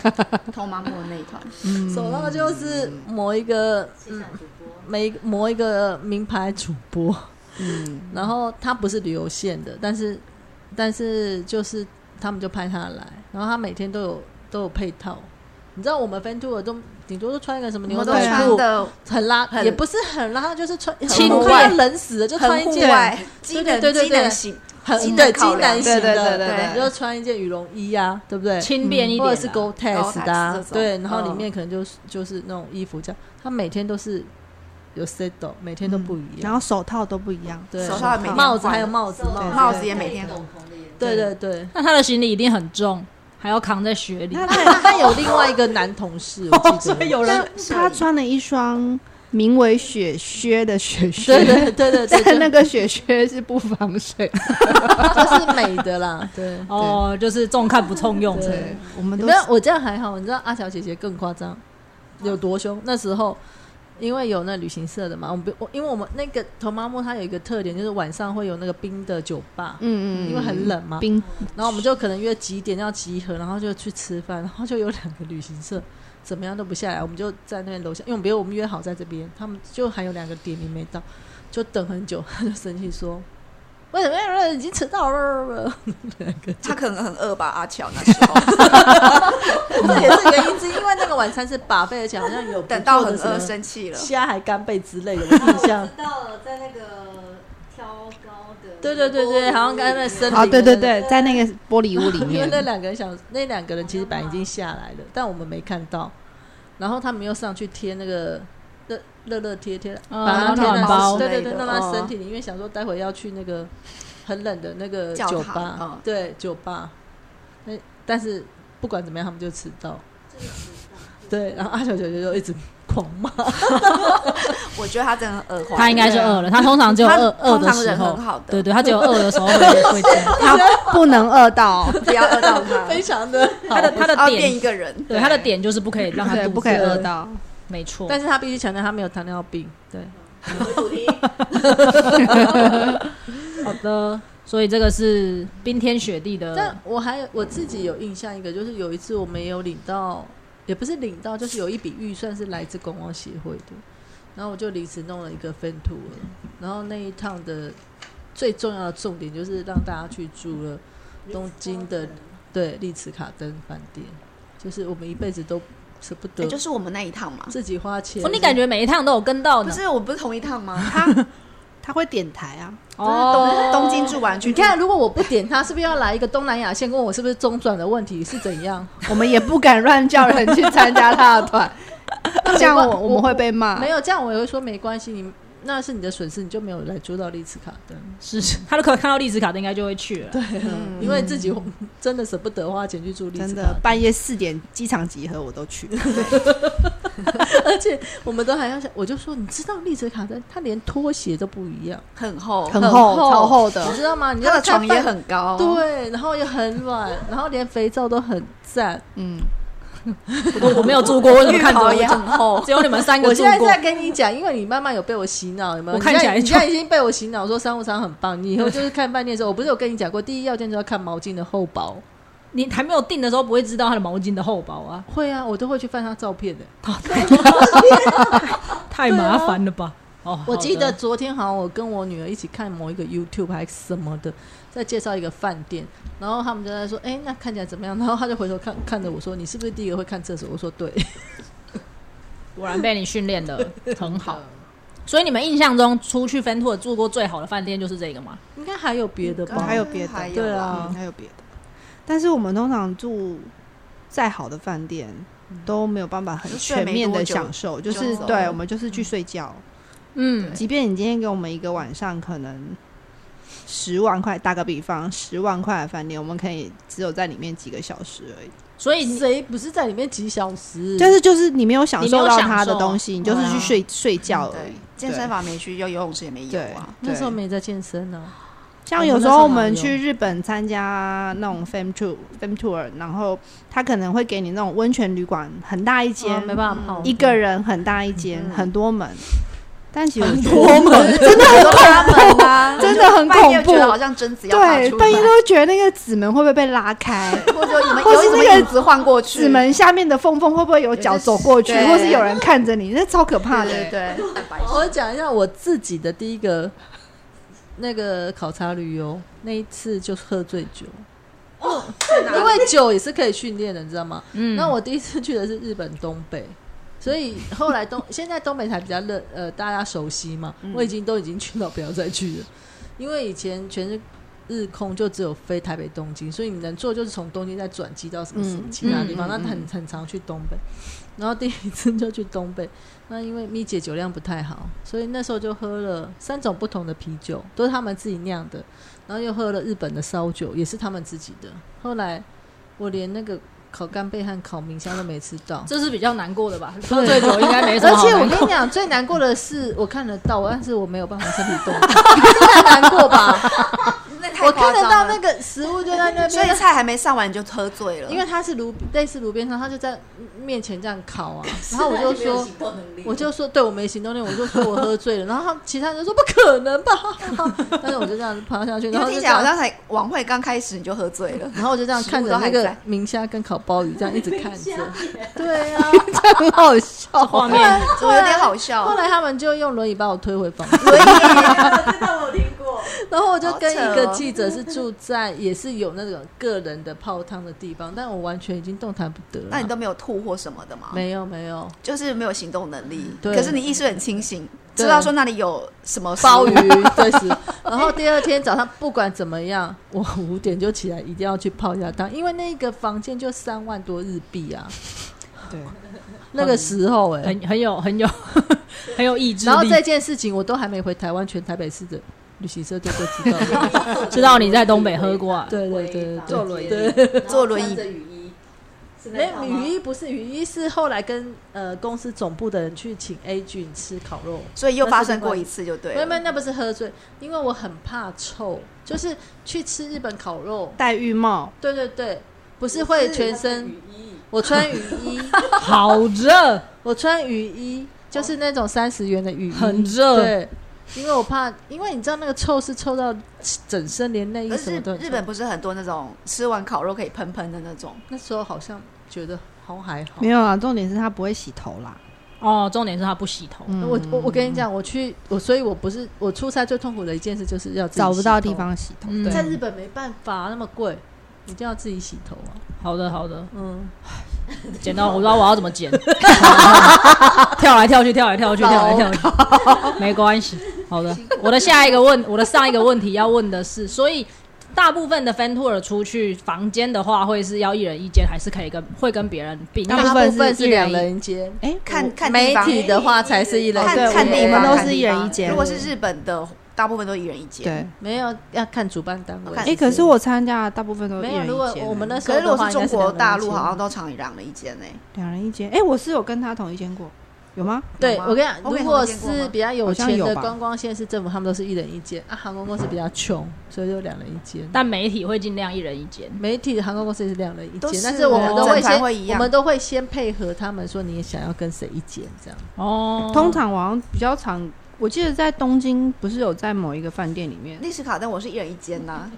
B: 偷妈摸的那一团，
D: 手到就是某一个嗯
E: 现场主播，
D: 每一某一个名牌主播，嗯，然后他不是旅游线的，但是但是就是他们就派他来，然后他每天都有都有配套。你知道我们 Fan Tour 都顶多就穿一个什么
B: 我
D: 牛
B: 们都
D: 仔
B: 穿
D: 裤，
B: 的
D: 很拉，
B: 很
D: 也不是很拉，就是穿
B: 很
D: 很
B: 户
D: 快
B: 外
D: 要冷死了，就穿
B: 很
D: 一
B: 户
D: 件
B: 外，
D: 对
B: 机
D: 对
B: 能
D: 对对
B: 机能
D: 对
B: 型，
D: 很
B: 机能
D: 对
B: 考
D: 机
B: 量
D: 男型的，
B: 对对对对对
D: 就穿一件羽绒衣啊，对不对？嗯
A: 轻便一点
D: 或
A: 啦，
D: 者是 Gore-Tex 的啊
B: Gore-Tex 这，种
D: 对，然后里
B: 嗯
D: 面可能就是就是那种衣服这样，他每天都是有 set 的，每天都不一
C: 然
D: 样，
C: 后手套都不一样，
D: 对，
B: 手套也每天
D: 帽子
B: 换
D: 还有帽子，
E: 手
D: 帽子，
B: 帽子也每天
E: 斗篷的颜色
D: 对对对。
A: 那他的行李一定很重，还要扛在雪里。啊
C: 那
D: 他他有另外一个男同事，我
B: 哦
D: 记得
A: 有
C: 那他穿了一双名为雪靴的雪靴，
D: 对 对对 对对，
C: 但那
D: 就
C: 个雪靴是不防水。
D: 就是美的啦，对。
A: 哦，就是重看不重用。
D: 对
C: 对，我们都啊
D: 没有，我这样还好。你知道阿乔姐姐更夸张，有多凶？那时候因为有那旅行社的嘛，我们不我因为我们那个头妈木它有一个特点，就是晚上会有那个冰的酒吧，
C: 嗯嗯，
D: 因为很冷嘛。
C: 冰
D: 然后我们就可能约几点要集合，然后就去吃饭，然后就有两个旅行社怎么样都不下来，我们就在那楼下，因为我们比如我们约好在这边，他们就还有两个点名没到，就等很久，他就生气说。为什么有人已经迟到了？
B: 他可能很饿吧，阿乔那时候
D: 这也是原因之一，因为那个晚餐是把费，而且好像有不
B: 等到
D: 错的
B: 很
D: 什么
B: 饿生气了，
D: 虾还干贝之类的我印
E: 我
D: 象
E: 知。道了，在那个挑高的，
D: 对对对对，好像刚才那森林
C: 哦，
D: 的
C: 对对
D: 那个，
C: 对，在那个玻璃屋里
D: 因为
C: 面，
D: 那两个人想，那两个人其实本来已经下来了，但我们没看到，然后他们又上去贴那个。热热热贴贴，
A: 嗯
D: 把它贴
A: 暖包
D: 到对对对，
B: 之类的
D: 弄到身体里，因为想说待会要去那个很冷的那个
B: 教堂
D: 酒吧，
B: 嗯
D: 对酒吧。那但是不管怎么样，他们就迟到。
E: 就是迟到，
D: 对，然后阿小姐姐就一直狂骂，
B: 我觉得他真的很饿坏，
A: 他应该是饿了，他通常只有
B: 他
A: 饿饿
B: 通
A: 的
B: 常
A: 时
B: 人
A: 候
B: 很，好的，
A: 对对，他只有饿的时候会会这样。
C: 他不能饿到，哦
B: 不要饿到他，
D: 非常的好
A: 他。的他
B: 要
A: 的
B: 变
A: 点
B: 一，个人，
A: 对他的点就是不可以让他
C: 对，
A: 肚
C: 不
A: 子
C: 可以饿
A: 饿，
C: 到。
A: 没错。
D: 但是他必须强调他没有糖尿病。对，
E: 我们主题
B: 哎
A: 好的，所以这个是冰天雪地的
D: 但，我还有我自己有印象一个，就是有一次我们也有领到，也不是领到，就是有一笔预算是来自观光协会的，然后我就离职弄了一个 Fan Tour，然后那一趟的最重要的重点就是让大家去住了东京的对丽兹卡登饭店，就是我们一辈子都舍不得、
B: 哎就是我们那一趟嘛。
D: 自己花钱。
A: 哦，你感觉每一趟都有跟到
B: 不
A: 呢？
B: 是，我们不是同一趟吗？
C: 他他会点台啊，
A: 哦，
B: 东东京住完去，
D: 你看，如果我不点他，是不是要来一个东南亚线？问我是不是中转的问题是怎样？
C: 我们也不敢乱叫人去参加他的团，这样我
D: 我
C: 我们会被骂。
D: 没有这样，我也会说没关系，你那是你的损失，你就没有来住到丽兹卡登，
A: 是是，他如果看到历史卡的，应该就会去了。对，
D: 因为自己 真的舍不得花钱去住丽兹
C: 嗯真
D: 卡
C: 的
D: 登，
C: 半夜四点机场集合我都去，
D: 而且我们都还要想，我就说你知道丽兹卡登，它连拖鞋都不一样，
B: 很厚，
C: 很厚超厚
D: 你
C: 的，
D: 知道吗？你
B: 他
D: 要
B: 的
D: 在
B: 床也
D: 饭
B: 很高，，
D: 对，然后也很 软，然后连肥皂都很 赞。
C: 嗯，
A: 我我没有住过，为什么
B: 浴
A: 看着
B: 袍
A: 我
B: 也
A: 就
B: 很厚。
A: 只有你们三
D: 哦我
A: 个住
D: 现在
A: 过？
D: 在跟你讲，因为你慢慢有被我洗脑，有没有？
A: 我看起来
D: 你
A: 就
D: 现在你现在已经被我洗脑说商务舱很棒，你以后就是看饭店的时候，我不是有跟你讲过，第一要件就要看毛巾的厚薄。
A: 你还没有订的时候，不会知道他的毛巾的厚薄啊，
D: 会啊，我都会去翻他照片的。
A: 太麻烦了吧？哦，
D: 啊我
A: 好的
D: 记得昨天好像我跟我女儿一起看某一个 YouTube 还是什么的，在介绍一个饭店，然后他们就在说：“哎、那看起来怎么样？”然后他就回头看看着我说：“你是不是第一个会看厕所？”我说：“对。
A: 果然被你训练的很 好。所以你们印象中出去 Fan Tour 住过最好的饭店就是这个吗？”
D: 应该还有别的吧？
C: 还有别的
B: 还有
D: 对
B: 啦
D: 嗯啊
C: 嗯，，还有别的。但是我们通常住再好的饭店都没有办法很
B: 就睡
C: 全
B: 没
C: 面
B: 多
C: 的
B: 久
C: 享受，就
B: 就是走
C: 对
B: 了
C: 我们就是去睡觉。
A: 嗯，
C: 即便你今天给我们一个晚上可能十万块，打个比方，十万块的饭店，我们可以只有在里面几个小时而已。
A: 所以你
D: 谁不是在里面几小时？
C: 但是就是你没有享受到它的
A: 你没有享受
C: 东西，你就是去睡、睡觉而
B: 对
C: 已。，
B: 健身房没去，游游泳池也嗯没有
C: 对
B: 啊。
D: 那时候
C: 对
D: 没在健身呢、啊。
C: 像有时候我们去日本参加那种 fam tour fam tour，然后他可能会给你那种温泉旅馆，很大一间，
D: 啊没办法泡
C: 一个人很大一间，很多门。但其实我觉得
B: 我 们真的很恐怖啊，
C: 真的很恐怖
B: 半夜觉得好像贞子要爬
C: 对
B: 出
C: 半夜都
B: 来，
C: 会觉得那个纸门会不会被拉开？
B: 或者有什么
C: 或是
B: 有什么
C: 那个
B: 椅子晃过去，
C: 纸门下面的缝缝会不会有脚走过去，
B: 对
C: 或是有人看着你，那超可怕的。
B: 啊对对对，蛋白质
D: 我讲一下我自己的第一个那个考察旅游，那一次就是喝醉酒， 因为酒也是可以训练的，你知道吗？
A: 嗯，。
D: 那我第一次去的是日本东北。所以后来 东现在东北才比较热，呃，大家熟悉嘛。
C: 嗯
D: 我已经都已经去到不要再去了，因为以前全是日空，就只有飞台北、东京，所以你能做就是从东京再转机到什么什么
C: 嗯
D: 其他地
C: 嗯
D: 方。
C: 嗯
D: 那很很常去东北，然后第一次就去东北，那因为咪姐酒量不太好，所以那时候就喝了三种不同的啤酒，都是他们自己酿的，然后又喝了日本的烧酒，也是他们自己的。后来我连那个烤干贝和烤明虾都没吃到
A: 这是比较难过的吧？喝醉酒应该没什
D: 而
A: 么好
D: 且我
A: 难
D: 跟你
A: 过。
D: 讲，最难过的是我看得到，但是我没有办法身体动， 太难过吧？
B: 那太
D: 我看
B: 夸
D: 得
B: 张
D: 到
B: 了
D: 那个食物就在 那
B: 所以
D: 边，
B: 菜还没上完你就喝醉了，
D: 因为它是炉类似炉边上，它就在面前这样烤 啊。然后我就说，我就说，对我没行动力，我就说我喝醉了。然后他们其他人就说不可能吧， 但是我就这样爬下去，
B: 因
D: 然
B: 为
D: 后
B: 听起
D: 就这
B: 来好像
D: 样，
B: 才晚会刚开始你就喝醉了，
D: 然后我就这样看
B: 食物
D: 着
B: 都还
D: 那个
B: 在
D: 明虾跟烤鲍鱼这样一直看着，对啊。
C: 很好笑。
A: 画面
B: 怎么有点好笑？
D: 后来他们就用轮椅把我推回房间，
E: 真的我听过，
D: 然后我就跟一
B: 好
D: 个
B: 扯哦
D: 记者是住在也是有那种个人的泡汤的地方，但我完全已经动弹不得了。
B: 那你都没有吐或什么的吗？，
D: 没有 没有
B: 就是没有行动能力。
D: 对
B: 可是你意识很清醒，
D: 对
B: 知道说那里有什么食物
D: 鲍鱼，对是。然后第二天早上不管怎么样，我五点就起来，一定要去泡一下汤，因为那个房间就三万多日币啊。
C: 对，
D: 那个时候哎、
A: 很很有很有 很有意志力。
D: 然后这件事情我都还没回台湾，全台北市的旅行社都都知道了。
A: 知道你在东北喝过啊
D: 对对对对
E: 坐轮
D: 对
E: 椅，
B: 坐轮椅
E: 穿着雨衣，是那
D: 没
E: 套
D: 有
E: 吗
D: 雨衣不是雨衣，是后来跟呃公司总部的人去请 A 君吃烤肉。
B: 所以又发生过一次就对
D: 没有
B: 了。
D: 没有，那不是喝醉，因为我很怕臭，就是去吃日本烤肉，
C: 戴浴帽，
D: 对对对，不是会全身
E: 雨，衣，
D: 我穿雨衣，
A: 好热，
D: 我穿雨衣，就是那种三十元的雨衣，
A: 很热
D: 对，因为我怕，因为你知道那个臭是臭到整身，连内衣
B: 可
D: 什
B: 是
D: 么都很臭
B: 日本不是很多那种吃完烤肉可以喷喷的那种，
D: 那时候好像觉得好像还好
B: 哦
C: 没，有啊。重点是他不会洗头啦，
A: 哦，重点是他不洗头，
B: 嗯
D: 我我我
C: 嗯
D: 跟你讲，我去我所以我不是我出差最痛苦的一件事就是要自己
C: 找不
D: 洗
C: 到地
D: 头，
C: 方洗头，
A: 嗯，
D: 在日本没办法啊那么贵，一定要自己洗头啊。
A: 好的好的，
D: 嗯，
A: 剪刀我不知道我要怎么剪，跳来跳去，跳来跳去，跳来跳去，没关系。好的，我的下一个问，我的上一个问题要问的是，所以大部分的 fan tour 出去房间的话，会是要一人一间，还是可以跟会跟别人并？
C: 大部
D: 大
C: 分
D: 部分
C: 是
D: 是
C: 一
D: 两
C: 人一
D: 人一间，
C: 哎，
B: 看看
D: 媒
B: 地方
D: 体的话才是一人一
B: 看
D: 间，
C: 对
B: 看
C: 我
B: 地
C: 们
B: 方，
C: 都
B: 看
C: 是
B: 地
C: 一人
B: 方
C: 一间
B: 如果是日本的，大部分都一人一间。
C: 对，
D: 没有要看主办单位。
B: 哦看
C: 哎，可是我参加的大部分都
D: 没
C: 一
D: 有，
C: 人
D: 如
C: 一
D: 果
C: 间，
D: 我们那时
B: 可
D: 候
B: 是如
D: 的
B: 果
D: 话，
B: 是
D: 应该
B: 中
D: 两
B: 国
D: 人一
B: 大陆，
D: 间
B: 好像都常一让了一间呢。
C: 两人一间，哎，我是有跟他同一间过，有吗？
D: 对
B: 有吗
D: 我跟你讲，
B: 我给
D: 如
B: 你们
D: 果
B: 见过吗
D: 是比较有
C: 好像
D: 钱
C: 有
D: 的
C: 吧
D: 观光县市政府，他们都是一人一间啊。航空公司比较穷，所以就两人一间。
A: 但媒体会尽量一人一间。
D: 媒体的航空公司也是两人一
B: 都
D: 间，
B: 是
D: 但是我们都
B: 哦
D: 会
B: 整团
D: 先，
B: 会一样
D: 我们都会先配合他们说你想要跟谁一间这样。
A: 哦，
C: 通常我好像比较常，我记得在东京不是有在某一个饭店里面，
B: 历史卡，但我是一人一间呐。
D: 嗯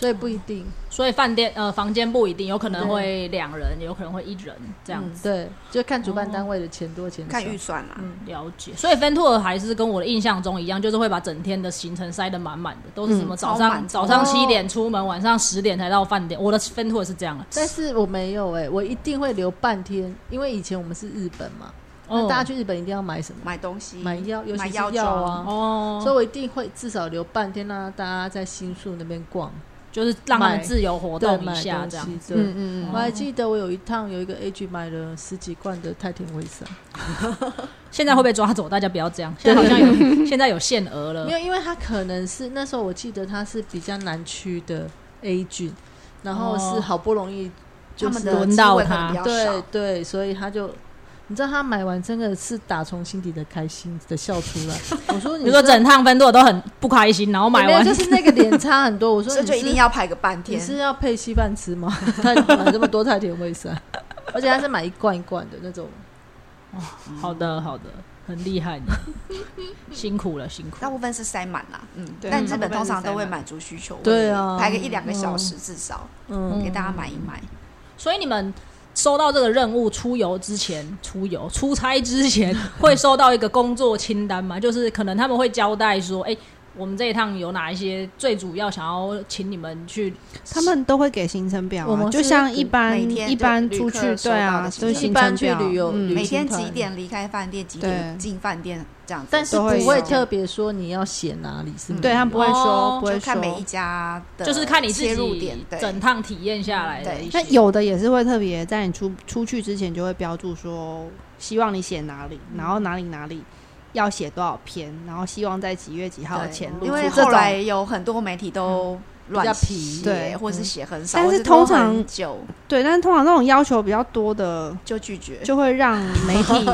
D: 所以不一定，
A: 所以饭店呃房间不一定，有可能会两人，有可能会一人这样
D: 嗯，对，就看主办单位的钱多钱少。
B: 哦看预算啦。
A: 了解，所以 Fan Tour 还是跟我的印象中一样，就是会把整天的行程塞得满满的，都是什
D: 嗯
A: 么早
B: 超
A: 上、
B: 满
A: 早上
B: 哦
A: 七点出门，晚上十点才到饭店。我的 Fan Tour 是这样的，
D: 但是我没有哎、我一定会留半天，因为以前我们是日本嘛，那大家去日本一定要买什么？
B: 买东西，
D: 买药，尤
B: 嗯买
D: 其
B: 药
D: 是药
B: 妆，
D: 啊。
A: 哦，
D: 所以我一定会至少留半天，让大家在新宿那边逛，
A: 就是让他们
D: 买
A: 自由活
D: 对，
A: 动
D: 买
A: 一下
D: 东
A: 这样。
D: 西。对，
C: 嗯嗯
A: 哦
D: 我还记得我有一趟有一个 A G 买了十几罐的太田卫生，
A: 现在会被抓走，大家不要这样。现在好像有 现在有限额了
D: 没，有，因为它可能是那时候我记得它是比较南区的 A 菌，然后是
A: 哦
D: 好不容易
B: 他
D: 就
B: 们
D: 是
B: 的
A: 轮
B: 机
A: 到
B: 会可
A: 他
B: 能比较
D: 对
B: 少。
D: 对，所以他就。你知道他买完真的是打从心底的开心的笑出 来。我说
A: 比
D: 你
A: 如说
D: 是
A: 整趟 Fan Tour 都很不开心，然后买
D: 没有
A: 完
D: 就是那个脸差很多。我说
B: 所以
D: 你
B: 就一
D: 是
B: 定要排个半
D: 你
B: 天，
D: 是要配稀饭吃吗？他买这么多太田卫生，而且他是买一罐一罐的 那种。
A: 好的好的，很厉害，辛苦了辛苦
B: 大
A: 了。
B: 部分是塞满啦。嗯，
C: 对
B: 但日本通常都会满足需求，位
D: 对啊
B: 排个一两个小时至少
D: 嗯，
B: 给大家买一买。
A: 所以你们收到这个任务出游之前， 出游出差之前 会收到一个工作清单吗？就是可能他们会交代说，哎、我们这一趟有哪一些最主要想要请你们去
C: 他们都会给行程表
D: 我
C: 啊，
D: 们
C: 就是像一般
B: 每天
C: 一般
B: 的旅
C: 出去
B: 客收
C: 对
B: 到
C: 啊，
B: 的
C: 就是
B: 行
C: 行
D: 程
C: 程表
D: 一般去旅游
C: 嗯
D: 旅
B: 每天
D: 行团
B: 几点离开饭店，几点
C: 对
B: 进饭店这样子，
D: 但是
C: 都会
D: 不会
C: 有
D: 特别说你要写哪里是
B: 嗯
D: 吗？
C: 对他们不会
A: 哦
C: 说不
B: 就
C: 会
B: 看每一
C: 说，
B: 家的，
A: 就是看你自
B: 切入
A: 己
B: 点，对，
A: 整趟体验下来的
B: 对
A: 一些。
C: 那有的也是会特别在你出出去之前就会标注说，希望你写哪里，然后哪里哪里要写多少篇，然后希望在几月几号
B: 对
C: 前露
B: 因
C: 出
B: 为
C: 这
B: 后
C: 种
B: 来有很多媒体都
D: 嗯比
B: 乱
D: 较嗯皮
B: 写
C: 对
B: 或是写很少，
C: 但
B: 或
C: 是
B: 是拖
C: 通常
B: 很久
C: 对，但是通常那种要求比较多的，
B: 就拒 绝，
C: 就会让媒体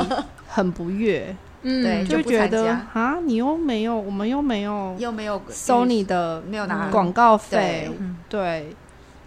C: 很不 悦，
B: 对
A: 嗯，
C: 就会
B: 就不
C: 觉
B: 参
C: 得
B: 加
C: 啊，你又没有，我们又没有
B: 又没有
C: 收你的
B: 没有拿
C: 广告费
B: 对，
D: 嗯
C: 对，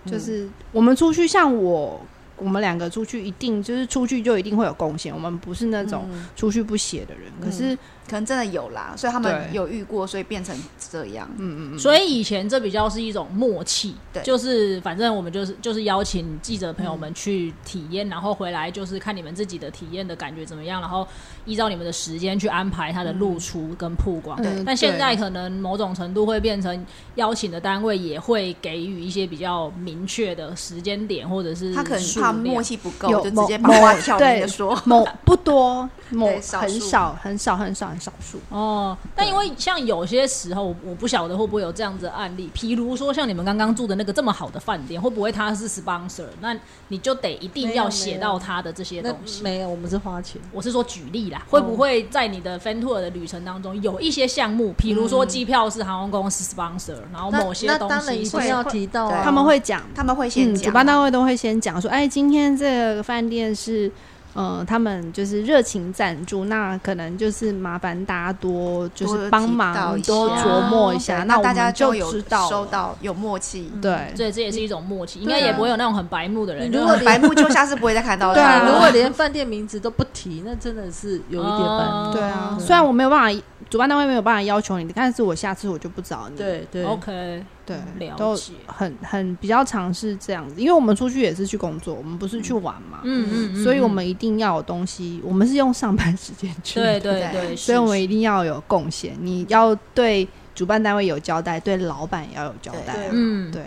B: 嗯
C: 就是我们出去，像我。我们两个出去一定就是出去就一定会有贡献，我们不是那种
B: 嗯
C: 出去不写的人。可是，
B: 可能真的有啦，所以他们
C: 对
B: 有遇过，所以变成这样。
C: 嗯嗯嗯，
A: 所以以前这比较是一种默契，
B: 对嗯
A: 就是反正我们就是就是邀请记者朋友们去体验，然后回来就是看你们自己的体验的感觉怎么样，然后依照你们的时间去安排它的露出跟曝光。
C: 嗯
A: 但现在
C: 对
A: 可能某种程度会变成邀请的单位也会给予一些比较明确的时间点，或者是
B: 他可能
A: 数
B: 怕
A: 量
B: 默契不够，
C: 嗯有
B: 就直
C: 某
B: 接把话
C: 某
B: 挑
C: 对
B: 明的说。
C: 某不多，某
B: 对少
C: 很
B: 数
C: 少很少很少很少数。
A: 哦，但因为像有些时候，我不晓得会不会有这样子的案例，譬如说像你们刚刚住的那个这么好的饭店，会不会他是 sponsor？那你就得一定
D: 没有
A: 要写到他的这些
D: 那哦
A: 东西。
D: 没有，我们是花钱。
A: 我是说举例啦，会不会在你的 fan tour 的旅程当中有一些项目，譬如说机票是航空公司 sponsor，然后
D: 嗯那
A: 某些
D: 那
A: 东
D: 当然
A: 西
D: 一
A: 是
D: 定要提到啊，
B: 对
C: 他们会讲，
B: 他们会先
C: 嗯，
B: 讲、
C: 主办单位都会先讲说，哎，今天这个饭店是，呃，他们就是热情赞助，那可能就是麻烦大家多就是帮忙
B: 多
C: 多
B: 提到一下
C: 琢磨一
B: 对
C: 下，
B: 那
C: 我
B: 大家
C: 们就
B: 有
C: 知道
B: 收
C: 了，
B: 到有默契。
C: 对，
A: 对，这也是一种默契，应
D: 对啊
A: 该也不会有那种很白目的人。
D: 你
A: 就
D: 如果
A: 是
B: 白目就下次不会再看
C: 嗯
B: 到
C: 对
B: 他
C: 啊
B: 了。
D: 如果连饭店名字都不提，那真的是有一点
A: 哦
D: 半。
C: 对啊
A: 嗯。
C: 虽然我没有办法主办单位没有办法要求你，但是我下次我就不找你。
D: 对对
A: OK，
C: 对，
A: 了
C: 都
A: 解。
C: 很很比较尝试这样子，因为我们出去也是去工作，我们不是去玩嘛，
A: 嗯
C: 所以我们一定要有东西，我们是用上班时间去，
A: 对对
B: 对
A: 对，
C: 所以我们
A: 是
C: 一定要有贡献，你要对主办单位有交代，对老板也要有交代
A: 是
C: 啊，
A: 嗯，
C: 对，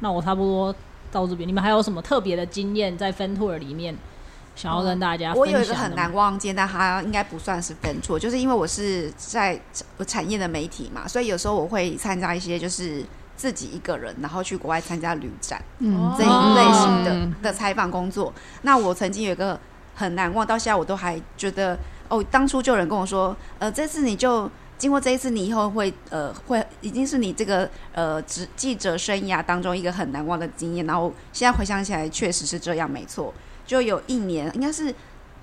A: 那我差不多到这边。你们还有什么特别的经验在 Ventour 里面想要跟大家分享
B: 我
A: 的
B: 有
A: 吗？
B: 一个很难忘记，但它应该不算是分错，就是因为我是在我产业的媒体嘛，所以有时候我会参加一些就是自己一个人，然后去国外参加旅展
C: 嗯
B: 这一
A: 哦
B: 类型的、
C: 嗯
B: 的采访工作。那我曾经有一个很难忘，到现在我都还觉得，哦，当初就有人跟我说，呃，这次你就。经过这一次，你以后会呃会已经是你这个呃职记者生涯当中一个很难忘的经验。然后现在回想起来，确实是这样，没错。就有一年，应该是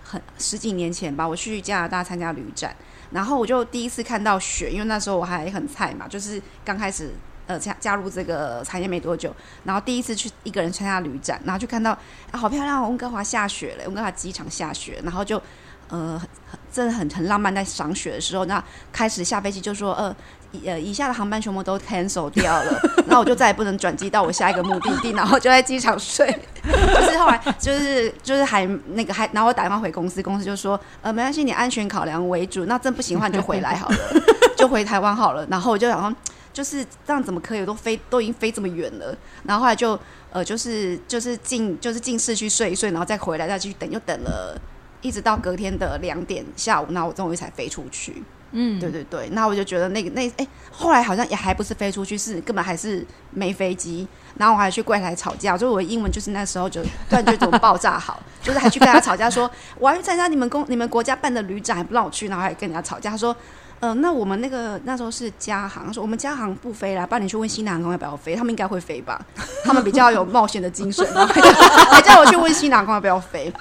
B: 很十几年前吧，我去加拿大参加旅展，然后我就第一次看到雪，因为那时候我还很菜嘛，就是刚开始呃加加入这个产业没多久，然后第一次去一个人参加旅展，然后就看到啊好漂亮哦，温哥华下雪了，温哥华机场下雪，然后就。呃，很很真的很很浪漫，在赏雪的时候，那开始下飞机就说，呃，以呃，以下的航班全部都 cancel 掉了， 那我就再也不能转机到我下一个目的地，然后就在机场睡 就是后来就是就是还那个还，然后我打电话回公司，公司就说呃没关系，你安全考量为主，那真不行的话你就回来好了， 就回台湾好了。然后我就想说，就是这样怎么可以？我都飞都已经飞这么远了，然后后来就呃就是就是进就是进市区睡一睡，然后再回来再去等，又等了。一直到隔天的两点下午，那我终于才飞出去。
A: 嗯，
B: 对对对，那我就觉得那个那哎、后来好像也还不是飞出去，是根本还是没飞机。然后我还去柜台吵架，所以我的英文就是那时候就突然就怎么爆炸好，就是还去跟他吵架说，我要去参加你们公你们国家办的旅展，还不让我去，然后还跟人家吵架他说。呃，那我们那个那时候是加航，他说我们加航不飞啦，不然你去问西南航空要不要 飞，他们应该会飞吧，他们比较有冒险的精神，然后还叫还叫我去问西南航空要不要飞，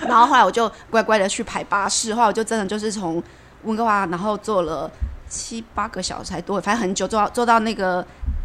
B: 然后后来我就乖乖的去排巴士，后来我就真的就是从温哥华，然后坐了七八个小时还多，反正很久，坐到坐到那个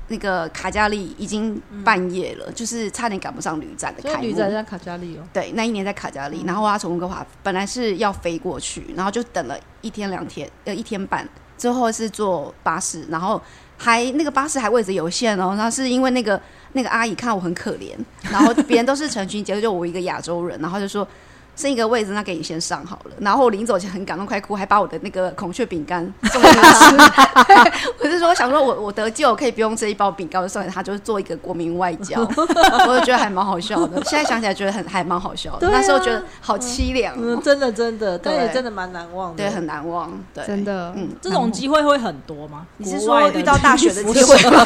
B: 那个卡加利已经半夜了，就是差点赶不上旅展的
D: 所以
B: 开幕。
D: 旅展在卡加利哦，
B: 对，那一年在卡加利，然后我要从温哥华，本来是要飞过去，然后就等了一天两天，呃，一天半，最后是坐巴士，然后还那个巴士还位置有限哦，然后是因为那个那个阿姨看我很可怜，然后别人都是成群结队，就我一个亚洲人，然后就说。剩一个位置，那给你先上好了。然后我临走前很感动，快哭，还把我的那个孔雀饼干送给他吃。 我是说，想说我我得救，我可以不用这一包饼干，我就送给他，就是做一个国民外交。我就觉得还蛮好笑的。现在想起来觉得很还蛮好笑的，
D: 对啊
B: 那时候觉得好凄凉，
D: 嗯，真的真的，但
B: 对
D: 也真的蛮难忘的。
B: 对，很难忘，对，
C: 真。的，
B: 嗯，
A: 这种机会会很多吗？
B: 你是
A: 国
B: 说
A: 外的
B: 遇到大学的
A: 不
B: 机
A: 是
B: 会吗？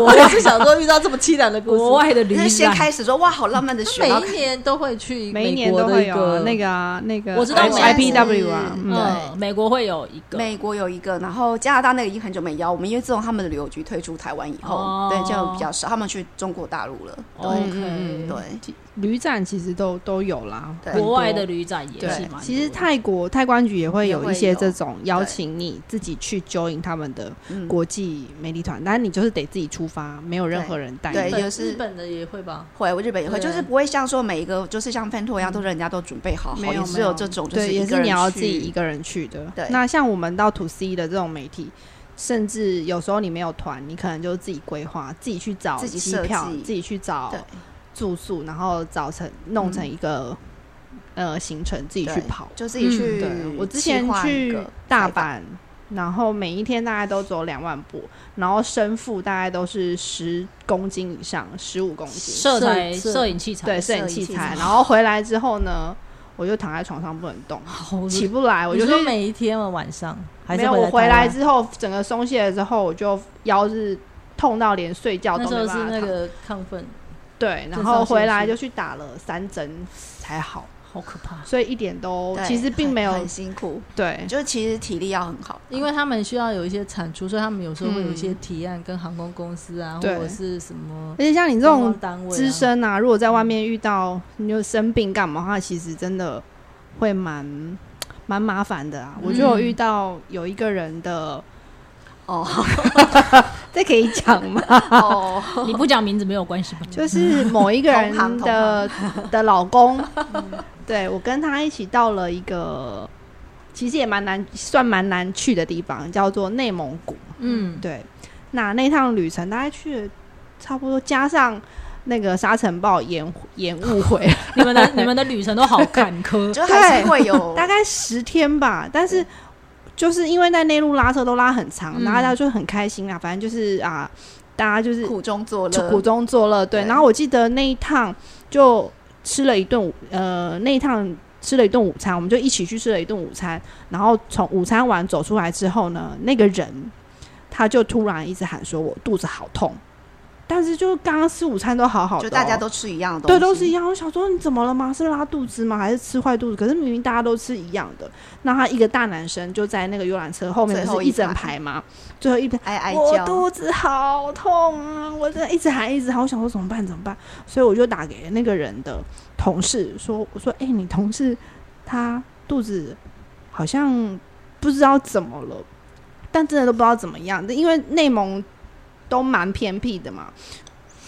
D: 我也是想说遇到这么凄凉的故
A: 国
D: 事。
A: 外的旅
B: 就是先
A: 展，
B: 开始说哇，好浪漫的雪，
D: 每
B: 然后
D: 一年都会去
C: 每一
D: 美
C: 年
D: 国
C: 都
D: 的
C: 会
D: 一
C: 有
D: 个
C: 那个啊，那个
A: 我知道美
C: I P
A: 国
C: W 啊，
B: 是
C: 嗯，
A: 嗯，美国会有一个，
B: 美国有一个，然后加拿大那个已经很久没邀我们，因为自从他们的旅游局退出台湾以后，
A: 哦
B: 对就比较少，他们去中国大陆了，对、
A: OK，、
C: 嗯
B: 对，
C: 旅展其实都都有啦，
B: 对
C: 很
A: 国
C: 多
A: 外的旅展也是
C: 对
A: 蛮多，的。
C: 其实泰国泰观局也会
B: 也
C: 有
B: 会
C: 一些
B: 有
C: 这种邀请你自己去 join 他们的
B: 嗯，
C: 国际美丽团，但你就是得自己出发，没有任何人带
B: 对
C: 你。
B: 也是
D: 日本的也会吧？
B: 会，我日本也会，
D: 对
B: 就是不会像说每一个就是像 Fan Tour 一样，都是人家都准备好好，
C: 嗯没有
B: 也是有这种，就是
C: 对，也
B: 一个
C: 是
B: 人
C: 你要
B: 去
C: 自己一个人去的
B: 对。
C: 那像我们到 to C 的这种媒体，甚至有时候你没有团，你可能就自己规划，自己去找
B: 自己
C: 机
B: 设
C: 票，
B: 计
C: 自己去找
B: 对
C: 住宿，然后找成弄成一个呃行程，自己去
B: 对
C: 跑。
B: 就自己
C: 嗯
B: 去、
C: 对，我之前去大，阪，然后每一天大概都走两万步，然后身负大概都是十公斤以上，十五公斤，
A: 摄台、
D: 摄
A: 摄影器材，
C: 对，摄影器材。然后回来之后呢，我就躺在床上不能动，
A: 好
C: 起不来，我
D: 你
C: 就
D: 说
C: 是
D: 每一天晚上，还
C: 没
D: 是
C: 有。我
D: 回
C: 回来
D: 台湾
C: 之后，整个松懈了之后，我就腰是痛到连睡觉
D: 那
C: 都
D: 时
C: 没
D: 候
C: 办
D: 是
C: 法
D: 那
C: 躺。
D: 个亢奋，
C: 对，然
D: 肾
C: 后
D: 上腺
C: 回来
D: 素
C: 就去打了三针才好，
A: 好可怕。
C: 所以一点都
B: 对
C: 其实并
B: 很
C: 没有
B: 很辛苦，
C: 对。
B: 就是其实体力要很好，
D: 因为他们需要有一些产出，所以他们有时候会有一些
C: 嗯
D: 提案跟航空公司啊，或
C: 对
D: 者是什么
C: 而且像你这
D: 观光
C: 种
D: 单位啊
C: 资深啊，如果在外面遇到你就生病干嘛的话，其实真的会蛮蛮麻烦的啊。我就有遇到有一个人的，
B: 哦
C: 这可以讲吗？
B: 哦，
A: 你不讲名字没有关系
C: 嗯
A: 吧？
C: 就是某一个人
B: 同行 嗯
C: 的的老公，对我跟他一起到了一个。其实也蛮难，算蛮难去的地方，叫做内蒙古。
A: 嗯，
C: 对，那那趟旅程大概去了差不多加上那个沙尘暴延延误 回来，
A: 你们的你们的旅程都好坎坷，
B: 就还是会 有
C: 大概十天吧。但是就是因为在内陆拉车都拉很长，
A: 嗯
C: 然后大家就很开心啊，反正就是啊，大家就是
B: 苦中作
C: 就苦
B: 乐。
C: 中作乐。对，
B: 对
C: 然后我记得那一趟就吃了一顿午，呃，那一趟吃了一顿午餐，我们就一起去吃了一顿午餐。然后从午餐完走出来之后呢，那个人他就突然一直喊说：“我肚子好痛。”但是就刚刚吃午餐都好好的哦、
B: 就大家都吃一样的东
C: 对，
B: 西，
C: 都是一样。我想说你怎么了吗？是拉肚子吗？还是吃坏肚子？可是明明大家都吃一样的。那他一个大男生就在那个游览车后面，
B: 最
C: 不
B: 后
C: 是
B: 一
C: 一整
B: 排
C: 排吗？最后一排
B: 哀哀
C: 我
B: 叫。
C: 肚子好痛啊！我真的一直喊，一直喊，我想说怎么办，怎么办？所以我就打给那个人的同事说：“我说，哎、你同事他肚子好像不知道怎么了，但真的都不知道怎么样，因为内蒙都蛮偏僻的嘛。”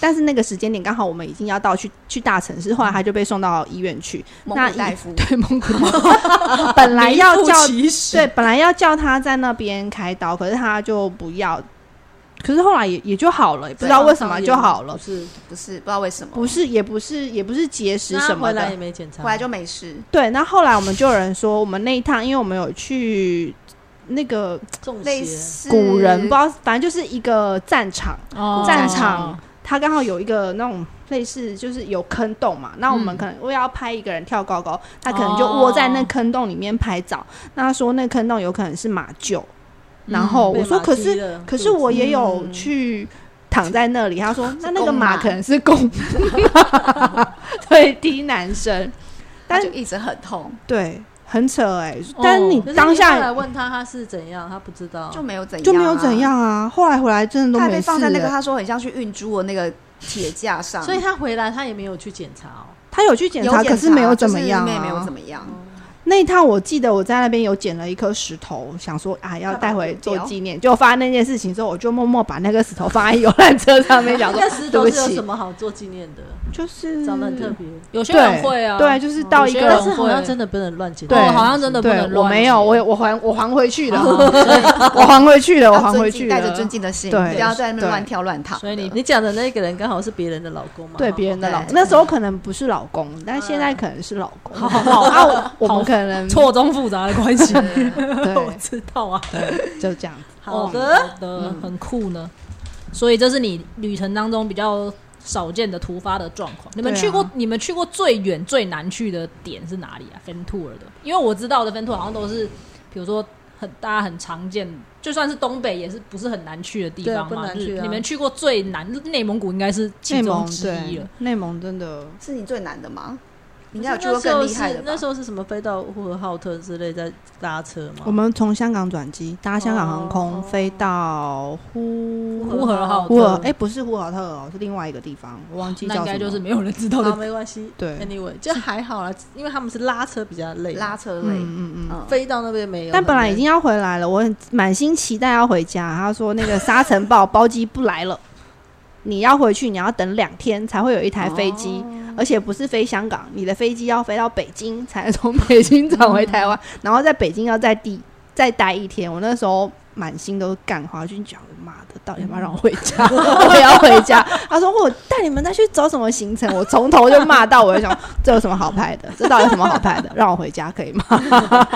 C: 但是那个时间点刚好我们已经要到去去大城市，后来他就被送到医院去。
B: 蒙
C: 那
B: 古
C: 一
B: 大夫，
C: 对，蒙古包 本来要
A: 名副
C: 叫
A: 其实
C: 对，本来要叫他在那边开刀，可是他就不要，可是后来也也就好了，也不知道
D: 啊
C: 为什么就好了，
D: 是，
B: 不是不知道为什么，
C: 不是也不是也不是节食
D: 那他
C: 什么
D: 回来也
C: 的。
D: 没检查，
B: 回来就没事。
C: 对，那后来我们就有人说，我们那一趟，因为我们有去那个
D: 中
B: 类
D: 邪，
B: 似
C: 古人，不知道，反正就是一个战场，
A: 哦
C: 战场它刚好有一个那种类似就是有坑洞嘛，那我们
A: 嗯
C: 可能为了要拍一个人跳高高，他可能就窝在那坑洞里面拍照。那他说那坑洞有可能是马厩，然后
D: 被
C: 我说
D: 马
C: 可
D: 踢
C: 是
D: 了
C: 可
D: 肚
C: 是
D: 子
C: 我也有
B: 嗯
C: 去躺在那里，他说那那个
B: 公
C: 马
B: 马
C: 可能是公马，对，踢男生，
B: 他
C: 但
B: 就一直很痛，
C: 对，很扯哎、
A: 哦
C: 但是你
D: 可是
C: 当
D: 你后来
C: 下
D: 问他他是怎样，他不知道，
B: 就没有怎样、啊，
C: 哦就没有怎。样啊，后来回来真的
B: 他
C: 都
B: 还
C: 没
B: 被
C: 事、
B: 放在那个
C: 欸。
B: 他说很像去运猪的那个铁架
C: 啊
B: 上，
D: 所以他回来他也没有去检查哦。
C: 他有去检
B: 有
C: 查，可是没有怎么
B: 就是
C: 样、啊，
B: 妹妹没有怎么样，
C: 那一趟我记得我在那边有捡了一颗石头，想说啊要带回做纪念。就发生那件事情之后，我就默默把那个石头放在游览车上面，讲
D: 那
C: 说
D: 个石
C: 对
D: 头
C: 不
D: 是有什
C: 起，
D: 么好做纪念的？
C: 就是
D: 长得很特别，
A: 有些
C: 对
A: 人会啊，
C: 对，，就是到一
A: 有些人
D: 但
C: 个
D: 是好
A: 会
D: 像真的不能乱捡。
C: 对
A: 哦，好像真的不
C: 对
A: 能，
C: 我
A: 乱哦
C: 没有，
A: 剪
C: 我我还我还回去了，
A: 好
C: 我还回去了，我还
B: 要
C: 回哦
B: 尊
C: 去
B: 敬，
C: 了，
B: 带着尊敬的心，
C: 对
B: 不要在那
C: 对
B: 边乱跳乱躺的。
A: 所以你
D: 你讲的那个人刚好是别人的老公嘛？
C: 对
D: 哈
C: 别人
A: 哦
C: 的老
B: 对
C: 那时候可能不是老公，但现
A: 嗯
C: 在可能是老公。
A: 好好好
C: 啊，我我
A: 好
C: 们可能
A: 错综复杂的关系，我
C: 对，
A: 知道 啊。
C: 就这样子。
D: 好
A: 哦
D: 的，
A: 好的，很酷呢。所以这是你旅程当中比较少见的突发的状况。你们
C: 对啊
A: 去过、你们去过最远最难去的点是哪里啊？Ventour 的，因为我知道的 Ventour 好像都是，比如说很大家很常见，就算是东北也是不是很难去的地方
D: 对不
A: 嘛。
D: 难
A: 就是
D: 去啊
A: 你们去过最难，内蒙古应该是其
C: 内
A: 中
C: 蒙
A: 之一
C: 对
A: 了。，
C: 内蒙真的
B: 是你最难的吗？你应
D: 你
B: 该有去过更厉害的吧？
D: 那时候是什么飞到呼和浩特之类在搭车
C: 我
D: 嘛？
C: 们从香港转机，搭香港航空、
D: 哦
C: 飞到呼
A: 呼和浩
C: 呼尔，
A: 特，
C: 哎、不是呼和浩特哦，是另外一个地方，我忘记
A: 那
C: 叫
A: 应
C: 什么。
A: 该就是没有人知道
D: 好，
A: 的。
D: 没关系。
C: 对
D: ，anyway，就还好啦，因为他们是拉车比较累，
B: 拉车
C: 嗯
B: 类，
C: 嗯嗯。
B: 嗯，
D: 飞到那边没有。
C: 但本来已经要回来了，我很满心期待要回家。他说那个沙尘暴包机不来了，你要回去，你要等两天才会有一台飞机，而且不是飞香港，你的飞机要飞到北京，才能从北京转回台湾，然后在北京要再地再待一天。我那时候满心都是干话，就讲妈的，到底要不要让我回家？我也要回家。他说我带你们再去走什么行程，我从头就骂到尾，我就想这有什么好拍的？这到底有什么好拍的？让我回家可以吗？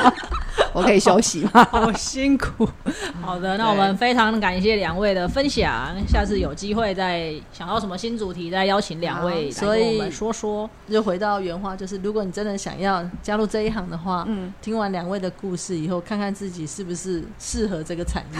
C: 我可以休息吗？
A: 好辛苦。好的，那我们非常感谢两位的分享，下次有机会再想到什么新主题，再邀请两位来
D: 好
A: 跟我
D: 所
A: 们
D: 以
A: 说说。
D: 就回到原话，就是如果你真的想要加入这一行的话，
B: 嗯，
D: 听完两位的故事以后，看看自己是不是适合这个产 业。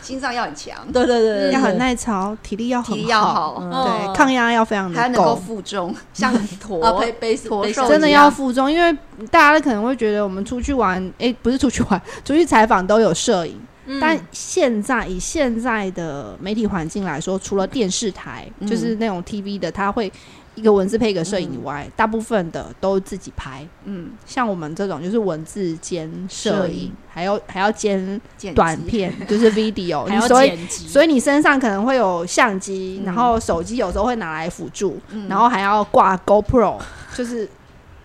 B: 心脏要很强，
D: 对对对对，
C: 要很
D: 对
C: 耐操，体力要很
B: 体力要好，
D: 嗯
A: 哦
C: 对，抗压要非常
B: 还要
C: 的
B: 能够
C: 够。
B: 负重，像
D: 啊，
A: 哦
B: 驼
D: 背背
B: 驼
D: 背
B: 兽
C: 真的要
B: 一样
C: 负重，因为大家可能会觉得我们出去玩， 诶，不是出去玩，出去采访都有摄影，
A: 嗯
C: 但现在以现在的媒体环境来说，除了电视台，
B: 嗯
C: 就是那种 TV 的，它会一个文字配一个摄影以外，大部分的都自己拍。
B: 嗯，
C: 像我们这种就是文字兼摄
B: 摄
C: 影
B: 影，
C: 还有还要兼
B: 剪辑
C: 短片，就是 video。
A: 还
C: 你
A: 要
C: 哦所以
A: 剪辑，
C: 所以你身上可能会有相机，
B: 嗯
C: 然后手机有时候会拿来辅助，
B: 嗯
C: 然后还要挂 GoPro，就是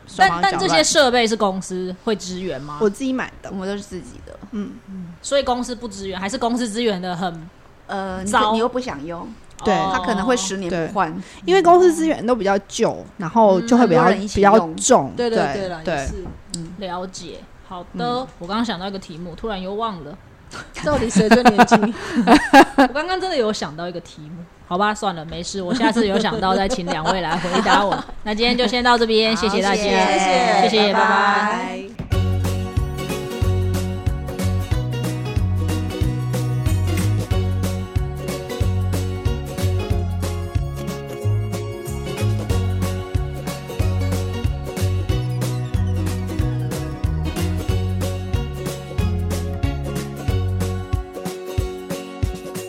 C: 手
A: 但
C: 忙
A: 但
C: 脚
A: 这些
C: 乱。
A: 设备是公司会支援吗？
C: 我自己买的
B: 我，们都是自己的。
C: 嗯，
A: 所以公司不支援，还是公司支援的很？哦
B: 呃，你
A: 糟
B: 可你又不想用，
C: 对
A: 哦
B: 它可能会十年
C: 对
B: 不换。
C: 因为公司资源都比较旧，然后就会比
B: 嗯很
C: 较
B: 多人一
C: 比
B: 起
C: 较
B: 用
C: 重，
D: 对
C: 对
D: 对啦，也
C: 对，
D: 是。
A: 了解。好的，我刚刚想到一个题目，突然又忘了。
D: 到底谁最年轻？
A: 我刚刚真的有想到一个题目，好吧，算了，没事，我下次有想到再请两位来回答我。那今天就先到这边，谢
B: 好
A: 谢大家，
B: 谢
A: 谢谢，拜
B: 拜
A: 拜。
B: 拜